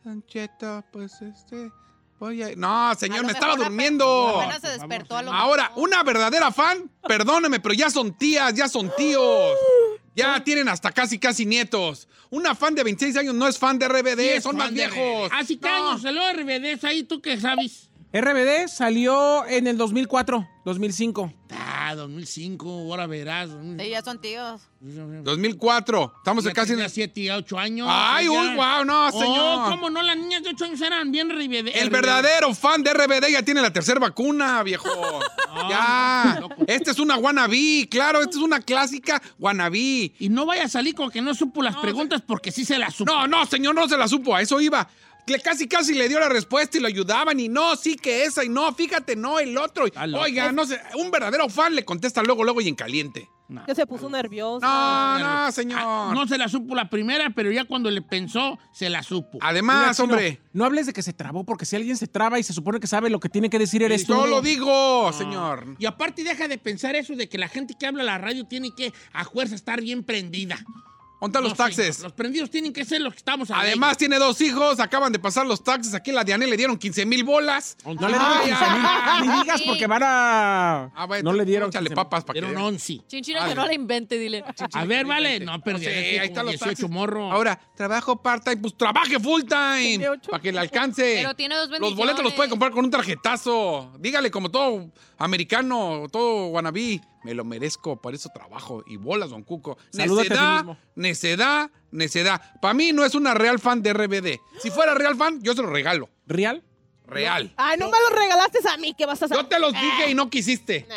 Speaker 2: Don Cheto, pues este. Voy a ir- No, señor, me estaba durmiendo.
Speaker 13: Bueno, se despertó a lo
Speaker 2: Ahora, una verdadera fan, perdóneme, pero ya son tías, ya son tíos. Ya tienen hasta casi, casi nietos. Una fan de 26 años no es fan de RBD,
Speaker 1: Sí es
Speaker 2: son más
Speaker 1: fan de
Speaker 2: viejos.
Speaker 1: Así que años, el RBD, ahí tú qué sabes.
Speaker 4: RBD salió en el 2004, 2005.
Speaker 1: Ah, 2005, ahora verás.
Speaker 13: Sí, ya son tíos.
Speaker 2: 2004. Estamos en casi...
Speaker 1: Tenía 7 y 8 años.
Speaker 2: Ay,
Speaker 1: ya.
Speaker 2: uy, guau, no,
Speaker 1: Oh,
Speaker 2: señor.
Speaker 1: cómo no, las niñas de 8 años eran bien RBD.
Speaker 2: El verdadero fan de RBD ya tiene la tercera vacuna, viejo.
Speaker 1: Ah.
Speaker 2: ya. Esta es una wannabe, claro, esta es una clásica wannabe.
Speaker 1: Y no vaya a salir con que no supo las preguntas porque sí se las supo.
Speaker 2: No, no, señor, no se las supo, a eso iba. Le casi casi le dio la respuesta y lo ayudaban y no, sí que esa y no, fíjate, no, el otro. Y,
Speaker 1: loco.
Speaker 2: oiga, no sé, un verdadero fan le contesta luego, luego y en caliente.
Speaker 12: Que se puso nervioso. Ah,
Speaker 2: No, no, señor.
Speaker 3: Ah,
Speaker 1: No se la supo la primera, pero ya cuando le pensó, se la supo.
Speaker 4: Mira, Chino, No hables de que se trabó, porque si alguien se traba y se supone que sabe lo que tiene que decir eres tú.
Speaker 2: Yo lo digo,
Speaker 1: No.
Speaker 2: señor.
Speaker 1: Ah. Y aparte deja de pensar eso de que la gente que habla a la radio tiene que a fuerza estar bien prendida.
Speaker 2: ¿Dónde los taxes?
Speaker 1: Los prendidos tienen que ser los que estamos hablando.
Speaker 2: Además, tiene dos hijos, acaban de pasar los taxes. Aquí en la Diane le dieron 15 mil bolas.
Speaker 4: No le dieron 15 mil. Ni digas porque van a.
Speaker 1: Ah,
Speaker 4: no le dieron.
Speaker 2: Échale papas para que.
Speaker 1: Dieron 11.
Speaker 3: Chinchino, que no la invente, dile.
Speaker 1: Ah, A ver, vale. No, perdí.
Speaker 2: Sí, ahí están los
Speaker 1: 18
Speaker 2: taxes.
Speaker 1: morro.
Speaker 2: Ahora, trabajo part-time, pues trabaje full-time. Para que le alcance.
Speaker 3: Pero tiene dos
Speaker 2: Los boletos los puede comprar con un tarjetazo. Dígale como todo americano, todo wannabe. Me lo merezco, para eso trabajo. Y bolas, don Cuco.
Speaker 4: Salúdate a ti
Speaker 2: necedad,
Speaker 4: mismo.
Speaker 2: necedad, necedad. Para mí no es una real fan de RBD. Si fuera real fan, yo se lo regalo.
Speaker 4: ¿Real?
Speaker 2: Real.
Speaker 12: Ay, no me los regalaste a mí, que vas a hacer? Ah.
Speaker 2: Yo te los dije y no quisiste.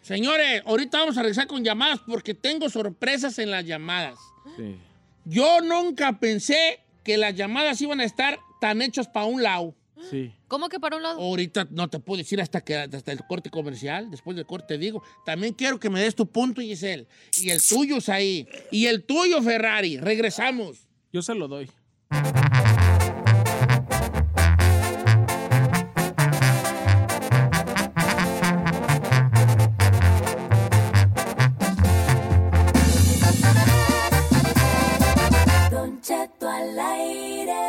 Speaker 1: Señores, ahorita vamos a regresar con llamadas porque tengo sorpresas en las llamadas. Yo nunca pensé que las llamadas iban a estar tan hechas para un lado.
Speaker 4: Sí.
Speaker 3: ¿Cómo que para un lado?
Speaker 1: Ahorita no te puedo decir hasta, que, hasta el corte comercial. Después del corte te digo. También quiero que me des tu punto, Giselle. Y el tuyo, ahí Y el tuyo, Ferrari. Regresamos.
Speaker 4: Yo se lo doy.
Speaker 8: Don Cheto al aire.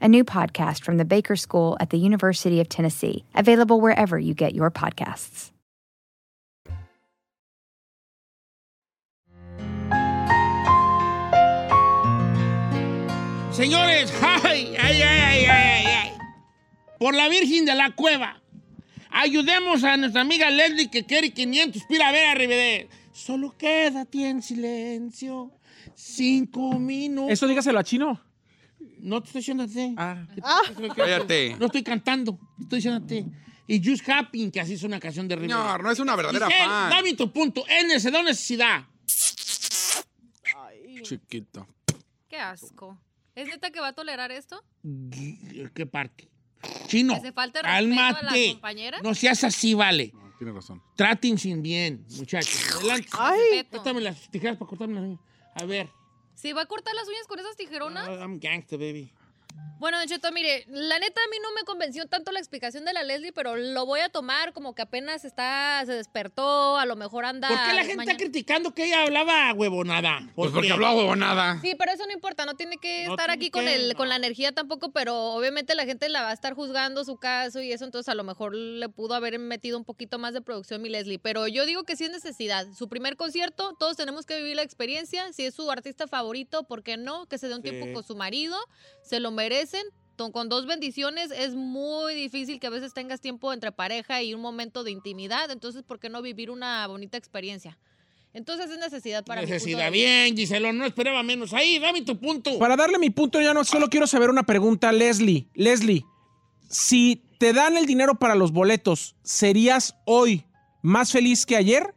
Speaker 7: a new podcast from the Baker School at the University of Tennessee, available wherever you get your podcasts.
Speaker 1: Señores, ay, ay, ay, ay, ay, ay. Por la Virgen de la Cueva. Ayudemos a nuestra amiga Leslie que quiere 500 pila a ver a RBD. Solo quédate en silencio. Cinco minutos.
Speaker 4: Eso dígaselo a Chino.
Speaker 1: No te estoy diciendo a ti.
Speaker 3: Ah.
Speaker 2: Cállate.
Speaker 1: No estoy cantando. Estoy diciendo a ti. Y Just Happy, que así es una canción de RBD.
Speaker 2: Señor, no es una verdadera
Speaker 1: Giselle,
Speaker 2: fan.
Speaker 1: dame tu punto. Es necesidad, necesidad.
Speaker 2: Chiquito.
Speaker 3: Qué asco. ¿Es neta que va a tolerar esto?
Speaker 1: ¿Qué parte? Chino,
Speaker 3: ¿Que se falte respeto a la
Speaker 1: cálmate.
Speaker 3: compañera?
Speaker 1: No seas así, vale.
Speaker 2: Tiene razón.
Speaker 1: Traten sin bien, muchachos. Adelante.
Speaker 3: Ay.
Speaker 1: Córtame las tijeras para cortarme las uñas. A ver.
Speaker 3: ¿Se va a cortar las uñas con esas tijeronas?
Speaker 1: I'm gangster, baby.
Speaker 3: Bueno, Don Cheto, mire, la neta a mí no me convenció tanto la explicación de la Leslie, pero lo voy a tomar como que apenas está, se despertó, a lo mejor anda...
Speaker 1: ¿Por qué la gente está criticando que ella hablaba huevonada?
Speaker 2: Pues porque hablaba huevonada.
Speaker 3: Sí, pero eso no importa, no tiene que
Speaker 1: No
Speaker 3: estar
Speaker 1: tiene
Speaker 3: aquí con
Speaker 1: que,
Speaker 3: el con la energía tampoco, pero obviamente la gente la va a estar juzgando su caso y eso, entonces a lo mejor le pudo haber metido un poquito más de producción mi Leslie, pero yo digo que sí es necesidad. Su primer concierto, todos tenemos que vivir la experiencia, si es su artista favorito, ¿por qué no? Que se dé un
Speaker 1: Sí.
Speaker 3: tiempo con su marido, se lo merecen, to- con dos bendiciones es muy difícil que a veces tengas tiempo entre pareja y un momento de intimidad. Entonces, ¿por qué no vivir una bonita experiencia? Entonces es necesidad para mí.
Speaker 1: Necesidad. Bien, Giselo, no esperaba menos. Ahí, dame tu punto.
Speaker 4: Para darle mi punto, ya no solo quiero saber una pregunta, Leslie. Leslie, si te dan el dinero para los boletos, ¿serías hoy más feliz que ayer?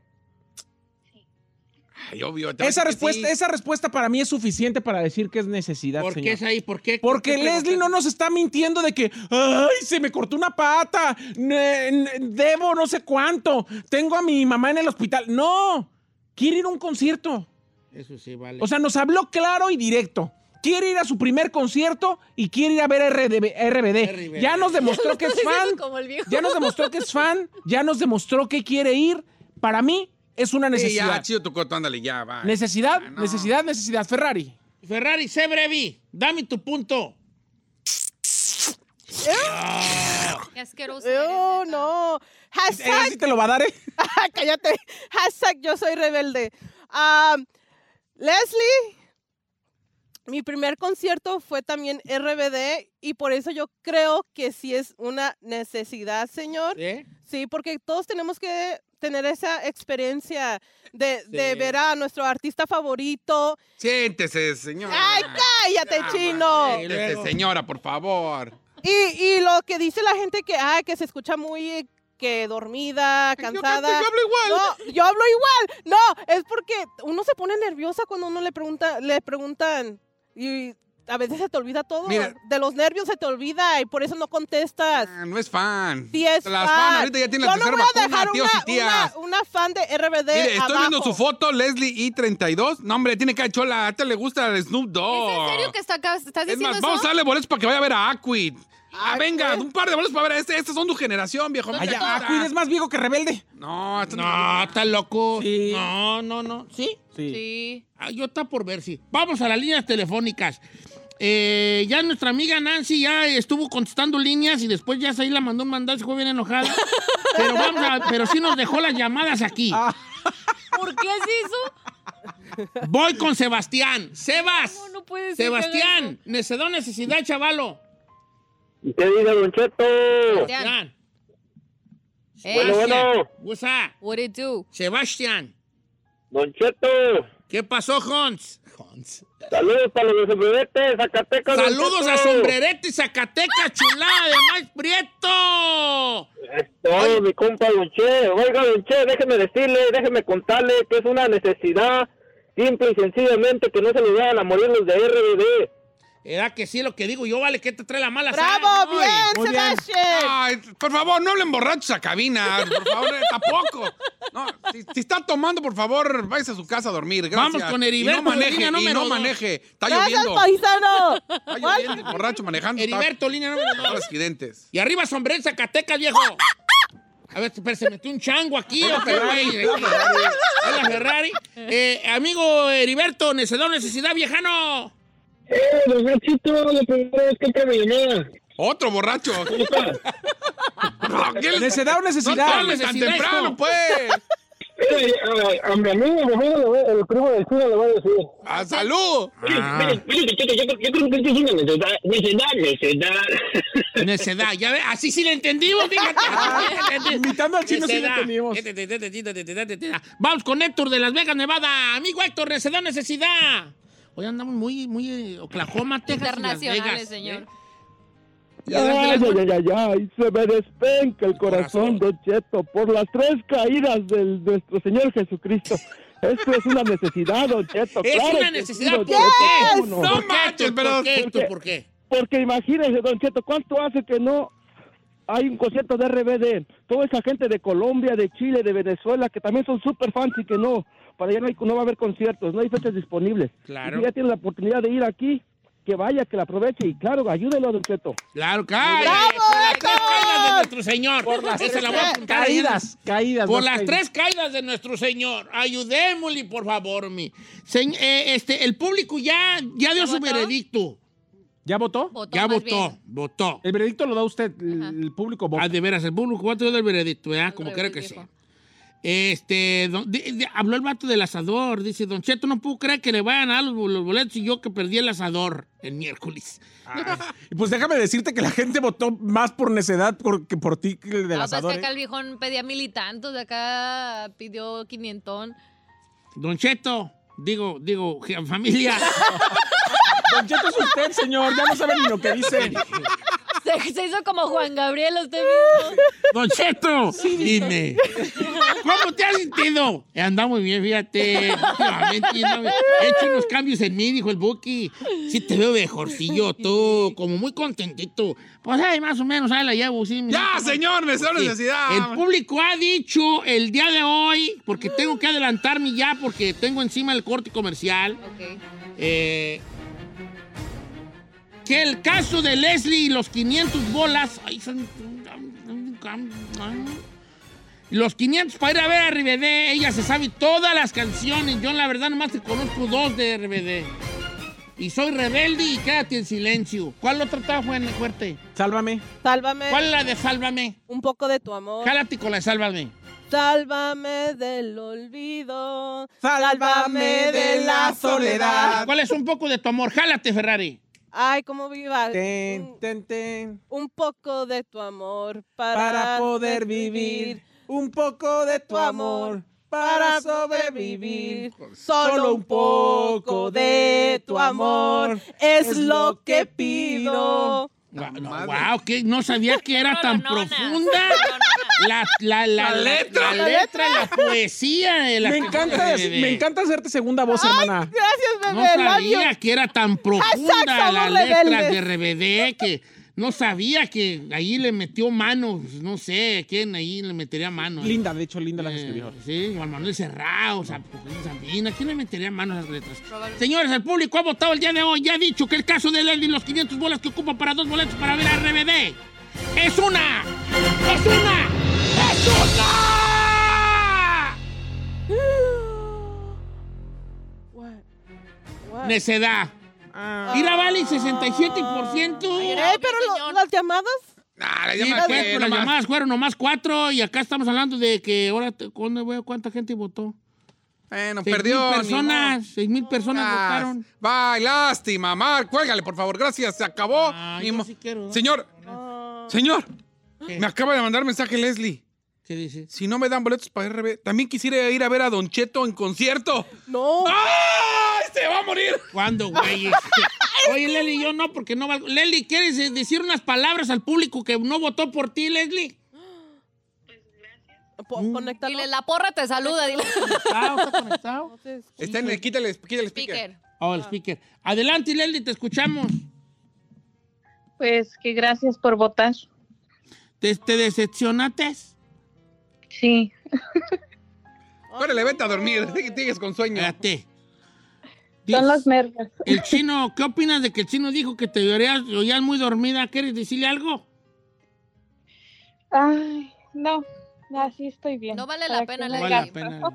Speaker 2: Ay, obvio. te voy a
Speaker 4: Esa
Speaker 2: decir que
Speaker 4: respuesta,
Speaker 2: sí.
Speaker 4: esa respuesta para mí es suficiente para decir que es necesidad.
Speaker 1: ¿Por qué
Speaker 4: señor.
Speaker 1: es ahí? ¿Por qué?
Speaker 4: Porque
Speaker 1: ¿Por qué
Speaker 4: Leslie no nos está mintiendo de que, ay, se me cortó una pata, ne- ne- debo no sé cuánto, tengo a mi mamá en el hospital. No, quiere ir a un concierto.
Speaker 1: Eso sí, vale.
Speaker 4: O sea, nos habló claro y directo. Quiere ir a su primer concierto y quiere ir a ver RDB RBD. Ya nos demostró que es fan.
Speaker 3: Como el viejo.
Speaker 4: Ya nos demostró que es fan. Ya nos demostró que quiere ir. Para mí es una
Speaker 2: Sí, ya,
Speaker 4: necesidad.
Speaker 2: chido tu coto, ándale, ya, va.
Speaker 4: Necesidad, necesidad, necesidad. Ferrari.
Speaker 1: Ferrari, sé breve. Dame tu punto.
Speaker 3: Qué asqueroso.
Speaker 12: Oh, no. Hashtag. Ah,
Speaker 4: Así te lo va a dar, ¿eh?
Speaker 12: Cállate. Hashtag yo soy rebelde. Am, Leslie, mi primer concierto fue también RBD y por eso yo creo que sí es una necesidad, señor.
Speaker 1: ¿Eh?
Speaker 12: Sí, porque todos tenemos que tener esa experiencia de, de
Speaker 2: Sí.
Speaker 12: ver a nuestro artista favorito.
Speaker 2: Siéntese, señor.
Speaker 12: ¡Ay, cállate, chino!
Speaker 2: Siéntese, Este, señora, por favor.
Speaker 12: Y, y lo que dice la gente que, ah, que se escucha muy eh, que dormida, cansada.
Speaker 2: yo hablo igual.
Speaker 12: No, yo hablo igual. No, es porque uno se pone nerviosa cuando uno le pregunta, le preguntan y a veces se te olvida todo.
Speaker 2: Mira.
Speaker 12: De los nervios se te olvida y por eso no contestas.
Speaker 2: Ah, No es fan.
Speaker 12: Sí es
Speaker 2: Las
Speaker 12: fan.
Speaker 2: fan ahorita ya tienen
Speaker 12: Yo
Speaker 2: la
Speaker 12: no
Speaker 2: tercera
Speaker 12: voy a
Speaker 2: vacuna,
Speaker 12: dejar
Speaker 2: tíos
Speaker 12: una,
Speaker 2: y tías.
Speaker 12: Una, una fan de RBD
Speaker 2: Mire, estoy viendo
Speaker 12: abajo.
Speaker 2: su foto, Leslie I32. No, hombre, tiene cachola. A este le gusta el Snoop Dogg.
Speaker 3: ¿En serio que está acá? ¿Estás
Speaker 2: Es
Speaker 3: diciendo
Speaker 2: más,
Speaker 3: eso?
Speaker 2: vamos a darle boletos para que vaya a ver a Aquid. Ah, venga, un par de boletos para ver a este. Estos son tu generación, viejo.
Speaker 4: Ay, ya, Aquid es más viejo que rebelde.
Speaker 2: No, esto
Speaker 1: No, está loco. No, no, no. ¿Sí?
Speaker 4: Sí.
Speaker 1: Ah, yo está por ver, sí. Vamos a las líneas telefónicas. Eh, ya nuestra amiga Nancy ya estuvo contestando líneas y después ya ahí la mandó un mandado, se fue bien enojada. pero, vamos a- pero sí nos dejó las llamadas aquí.
Speaker 4: Ah.
Speaker 3: ¿Por qué es eso? Ah, pues
Speaker 1: Voy con Sebastián. Sebas.
Speaker 3: No, no puede ser. que haga
Speaker 1: Sebastián, necesidad, necesidad, chavalo.
Speaker 9: ¿Qué dice Don Cheto?
Speaker 1: Sebastián.
Speaker 3: Eh.
Speaker 9: Bueno, bueno.
Speaker 1: What's up?
Speaker 3: eso. What it do?
Speaker 1: Sebastián.
Speaker 9: Don Cheto.
Speaker 1: ¿Qué pasó, Hans?
Speaker 9: Saludos para los de Sombreretes, Zacatecas. Don
Speaker 1: Saludos
Speaker 9: Cheto.
Speaker 1: a Sombrerete y Zacatecas, chulada de más prieto.
Speaker 9: Todo mi compa Don Che. Oiga, Don Che, déjeme decirle, déjeme contarle que es una necesidad simple y sencillamente que no se le vayan a morir los de RBD.
Speaker 1: Era que sí, lo que digo yo, vale, que te trae la mala
Speaker 12: ¡Bravo!
Speaker 1: sal, ¿no?
Speaker 12: ¡Bien,
Speaker 1: Y-
Speaker 2: Muy bien.
Speaker 12: Sebastián!
Speaker 2: Ay, por favor, no hablen borrachos a cabina. Por favor, eh, tampoco. No, si, si está tomando, por favor, váyase a su casa a dormir. Gracias.
Speaker 1: Vamos con
Speaker 2: Y
Speaker 1: Heriberto,
Speaker 2: no maneje,
Speaker 1: línea
Speaker 2: y
Speaker 1: número
Speaker 2: no
Speaker 1: dos.
Speaker 2: maneje. Está
Speaker 12: ¡Gracias,
Speaker 2: lloviendo.
Speaker 12: paisano!
Speaker 2: Está lloviendo, borracho manejando. está-
Speaker 1: Heriberto, línea número
Speaker 2: Todos
Speaker 1: dos.
Speaker 2: los accidentes.
Speaker 1: Y arriba, sombrero Zacatecas, viejo. A ver, pero se metió un chango aquí. ¿o qué, güey? Es la Ferrari. Eh, amigo Heriberto, necesidad, necesidad, viejano.
Speaker 9: ¡Eh, Don Nachito, la primera vez que te venía!
Speaker 2: Otro borracho. No, ¿qué les-
Speaker 4: Necesidad o
Speaker 2: No
Speaker 4: necesidad.
Speaker 2: tomes tan
Speaker 1: Necesidad,
Speaker 2: temprano,
Speaker 1: hijo.
Speaker 2: pues.
Speaker 9: Mira, a, a mi amigo, mi amigo, le voy- el primo del cine le voy a decir.
Speaker 1: Ah,
Speaker 2: ¡A salud!
Speaker 9: Mire, mire, mire, Don Cheto, yo, creo- yo creo que esto es una necesidad, necesidad, necesidad.
Speaker 1: Necedad, ya ve, así sí le entendimos, fíjate.
Speaker 2: Ah,
Speaker 4: Invitando al chino sí le
Speaker 1: Necedad.
Speaker 4: teníamos.
Speaker 1: Vamos con Héctor de Las Vegas, Nevada. Amigo Héctor, necesidad, necesidad. Hoy andamos muy, muy eh, Oklahoma, Texas y Las
Speaker 3: Internacionales,
Speaker 1: Vegas. ¿eh?
Speaker 3: señor.
Speaker 1: Ya darte las
Speaker 9: ay, ay, ay, se me despenca el corazón, Don Cheto, por las tres caídas de nuestro Señor Jesucristo. Esto es una necesidad, Don Cheto.
Speaker 1: Es
Speaker 9: claro
Speaker 1: una
Speaker 9: que
Speaker 1: necesidad.
Speaker 9: sí, Don
Speaker 1: ¿Por qué?
Speaker 9: Cheto, ¿cómo
Speaker 1: No,
Speaker 9: no?
Speaker 1: manches, pero- ¿Por qué, Héctor? ¿Por qué?
Speaker 9: Porque imagínese, Don Cheto, ¿cuánto hace que no hay un concierto de RBD? Toda esa gente de Colombia, de Chile, de Venezuela, que también son súper fans y que no, para allá no, hay- no va a haber conciertos, no hay fechas disponibles.
Speaker 1: Claro.
Speaker 9: Y si ya tiene la oportunidad de ir aquí, que vaya, que la aproveche y claro, ayúdelo, Don Cheto.
Speaker 1: Claro, claro. Por las tres caídas de nuestro Señor. Por las Esa la voy a apuntar ahí en el-
Speaker 4: Caídas, caídas.
Speaker 1: Por
Speaker 4: no
Speaker 1: las
Speaker 4: caídas.
Speaker 1: tres caídas de nuestro Señor. Ayudémosle, por favor, mi. Señ- eh, este, el público ya, ya dio su
Speaker 3: ¿Votó?
Speaker 1: veredicto.
Speaker 4: ¿Ya votó?
Speaker 3: Votó
Speaker 1: Ya
Speaker 3: más
Speaker 1: votó,
Speaker 3: bien.
Speaker 1: votó.
Speaker 4: El veredicto lo da usted, el, el público vota.
Speaker 1: Ah, de veras, el público votó el veredicto, ¿verdad?
Speaker 3: Al
Speaker 1: Como quiera que
Speaker 3: revés,
Speaker 1: sea.
Speaker 3: viejo.
Speaker 1: Este, don- di- di- habló el vato del asador. Dice, Don Cheto, no puedo creer que le vayan a dar los, bol- los boletos y yo que perdí el asador el miércoles.
Speaker 4: Y Pues déjame decirte que la gente votó más por necedad por- que por ti que el del
Speaker 3: Ah, pues
Speaker 4: asador.
Speaker 3: que acá
Speaker 4: ¿eh?
Speaker 3: el viejón pedía mil y tantos, de acá pidió quinientón.
Speaker 1: Don Cheto, digo, digo, je- familia.
Speaker 4: Don Cheto es usted, señor. Ya no sabe ni lo que dice.
Speaker 3: Se, se hizo como Juan Gabriel usted mismo.
Speaker 1: Don Cheto, dime, ¿cómo te has sentido? Eh, Anda muy bien, fíjate. Últimamente, no, he hecho unos cambios en mí, dijo el Buki. Sí te veo mejorcillo, tú, como muy contentito. Pues ay, más o menos, ahí la llevo. Sí,
Speaker 2: Ya, señor, me sale necesidad.
Speaker 1: El público ha dicho el día de hoy, porque tengo que adelantarme ya, porque tengo encima el corte comercial. Eh, que el caso de Leslie y los 500 bolas. ay, son- los 500 para ir a ver a RBD. Ella se sabe todas las canciones. Yo, la verdad, nomás te conozco dos de RBD. Y soy rebelde y quédate en silencio. ¿Cuál otra está buen- fuerte?
Speaker 4: Sálvame.
Speaker 12: Sálvame.
Speaker 1: ¿Cuál es la de Sálvame?
Speaker 12: Un poco de tu amor.
Speaker 1: Jálate con la de Sálvame.
Speaker 12: Sálvame del olvido.
Speaker 4: Sálvame de la soledad.
Speaker 1: ¿Cuál es un poco de tu amor? Jálate, Ferrari.
Speaker 12: Ay, cómo viva.
Speaker 4: Ten, ten, ten.
Speaker 12: Un poco de tu amor para,
Speaker 4: Para poder vivir. Un poco de tu amor. Para sobrevivir.
Speaker 12: Solo un poco de tu amor es lo que pido.
Speaker 4: Ah,
Speaker 1: Guau, no, guau, que no sabía que era tan profunda. La, la- la-
Speaker 4: La
Speaker 1: la-
Speaker 4: letra.
Speaker 1: la letra, la poesía. de la
Speaker 4: Me
Speaker 1: que-
Speaker 4: encanta, me encanta hacerte segunda voz, hermana.
Speaker 12: Gracias,
Speaker 1: No sabía que era tan profunda
Speaker 4: somos
Speaker 1: la letra de
Speaker 4: rebeldes.
Speaker 1: RBD que no sabía que ahí le metió manos, no sé quién ahí le metería manos.
Speaker 4: Linda, de hecho, linda la que escribió.
Speaker 1: Sí, Juan Manuel Serrao, San- Sabina, ¿quién le metería manos a las letras? Señores, el público ha votado el día de hoy, ya ha dicho que el caso de Lenny y los 500 bolas que ocupa para dos boletos para ver a RBD es una, es una, es una necedad.
Speaker 2: Ah.
Speaker 1: Mira, vale, 67%.
Speaker 12: Eh, pero lo- las
Speaker 2: las
Speaker 12: llamadas.
Speaker 1: llamadas, Ah, las llamadas fueron nomás cuatro y acá estamos hablando de que ahora te- ¿cuándo, güey? cuánta gente votó.
Speaker 2: Bueno,
Speaker 1: Seis
Speaker 2: perdió.
Speaker 1: mil
Speaker 2: ni
Speaker 1: personas,
Speaker 2: modo.
Speaker 1: seis mil personas
Speaker 2: Ah,
Speaker 1: votaron.
Speaker 2: Bye, lástima, Mar. Cuélgale, por favor. Gracias, se acabó. Ni mo-
Speaker 1: ¿eh?
Speaker 2: Señor,
Speaker 1: Ah.
Speaker 2: señor, me acaba de mandar mensaje Leslie.
Speaker 1: ¿Qué dice?
Speaker 2: Si no me dan boletos para RB, también quisiera ir a ver a Don Cheto en concierto.
Speaker 12: No.
Speaker 2: ¡Ay, se va a morir!
Speaker 1: ¿Cuándo, güey? Este, Oye, Leli, yo no, porque no valgo. Leli, ¿quieres eh, decir unas palabras al público que no votó por ti, Leslie?
Speaker 3: Mm. Dile, la porra te saluda. Dile.
Speaker 1: conectado?
Speaker 2: Está en el, quítale, quítale el speaker.
Speaker 1: Oh, el speaker. Adelante, Leli, te escuchamos.
Speaker 11: Pues que gracias por votar.
Speaker 1: ¿Te, te decepcionaste?
Speaker 11: Sí.
Speaker 2: Órale, vete a dormir. Sí que Sigues con sueño.
Speaker 1: Espérate.
Speaker 11: Son los nervios.
Speaker 1: El chino, ¿qué opinas de que el chino dijo que te llorías, oías muy dormida? ¿Quieres decirle algo?
Speaker 11: Ay, no. Así estoy bien. No
Speaker 3: vale la pena,
Speaker 1: No
Speaker 3: Leli.
Speaker 1: vale la pena. Leli.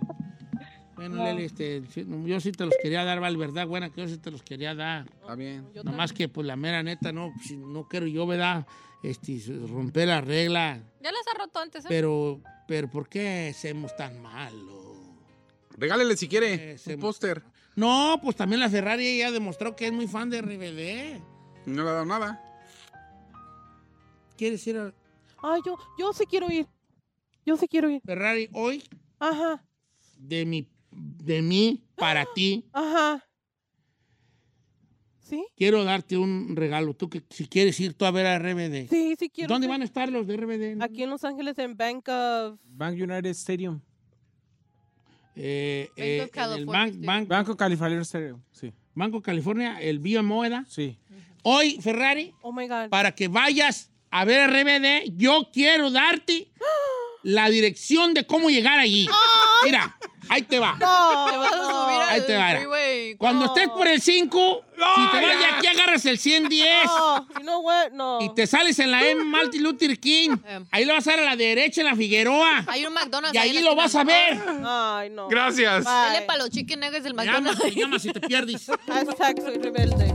Speaker 1: Bueno,
Speaker 11: No.
Speaker 1: Leli, este, sí, no, yo sí te los quería dar, Val, ¿verdad? Buena que yo sí te los quería dar.
Speaker 2: Está bien.
Speaker 1: Nomás que, pues, la mera neta, no, pues, no quiero yo, ¿verdad? Este, romper la regla.
Speaker 3: Ya las ha roto antes, ¿eh?
Speaker 1: Pero, pero, ¿por qué somos tan malos?
Speaker 2: Regálele si quiere un póster.
Speaker 1: No, pues también la Ferrari ya demostró que es muy fan de RBD.
Speaker 2: No le ha dado nada.
Speaker 1: ¿Quieres ir a
Speaker 12: Ay, yo, yo sí quiero ir. Yo sí quiero ir.
Speaker 1: Ferrari hoy?
Speaker 12: Ajá,
Speaker 1: De mi, de mí, para ti.
Speaker 12: ajá. ¿Sí?
Speaker 1: Quiero darte un regalo. Tú que si quieres ir tú a ver a RBD.
Speaker 12: Sí, sí quiero.
Speaker 1: ¿Dónde
Speaker 12: ir.
Speaker 1: van a estar los de RBD?
Speaker 12: Aquí en Los Ángeles, en Bank of.
Speaker 4: Bank United Stadium.
Speaker 1: Eh, eh,
Speaker 12: Bank of
Speaker 1: en
Speaker 12: California
Speaker 1: el Ban-
Speaker 12: Stadium.
Speaker 1: Ban-
Speaker 4: Banco California Stadium. Sí.
Speaker 1: Banco California, el BMO, ¿verdad?
Speaker 4: Sí.
Speaker 1: Hoy, Ferrari,
Speaker 12: Oh my God.
Speaker 1: para que vayas a ver RBD, yo quiero darte la dirección de cómo llegar allí. Mira, ahí te va.
Speaker 3: Te vas a subir al
Speaker 1: Ahí te va.
Speaker 3: freeway.
Speaker 1: Cuando estés por el 5, si te vas de
Speaker 3: ya.
Speaker 1: aquí agarras el 110
Speaker 12: No, you know what? No.
Speaker 1: y te sales en la M Martin Luther King.
Speaker 3: Eh.
Speaker 1: Ahí lo vas a ver a la derecha en la Figueroa.
Speaker 3: Hay un McDonald's.
Speaker 1: Y ahí lo vas a ver.
Speaker 12: Ay, no.
Speaker 1: Gracias.
Speaker 12: Bye.
Speaker 3: Dile para los chicken nuggets del
Speaker 1: Me llamas,
Speaker 3: McDonald's.
Speaker 1: me llamas si te pierdes.
Speaker 12: Hashtag soy rebelde.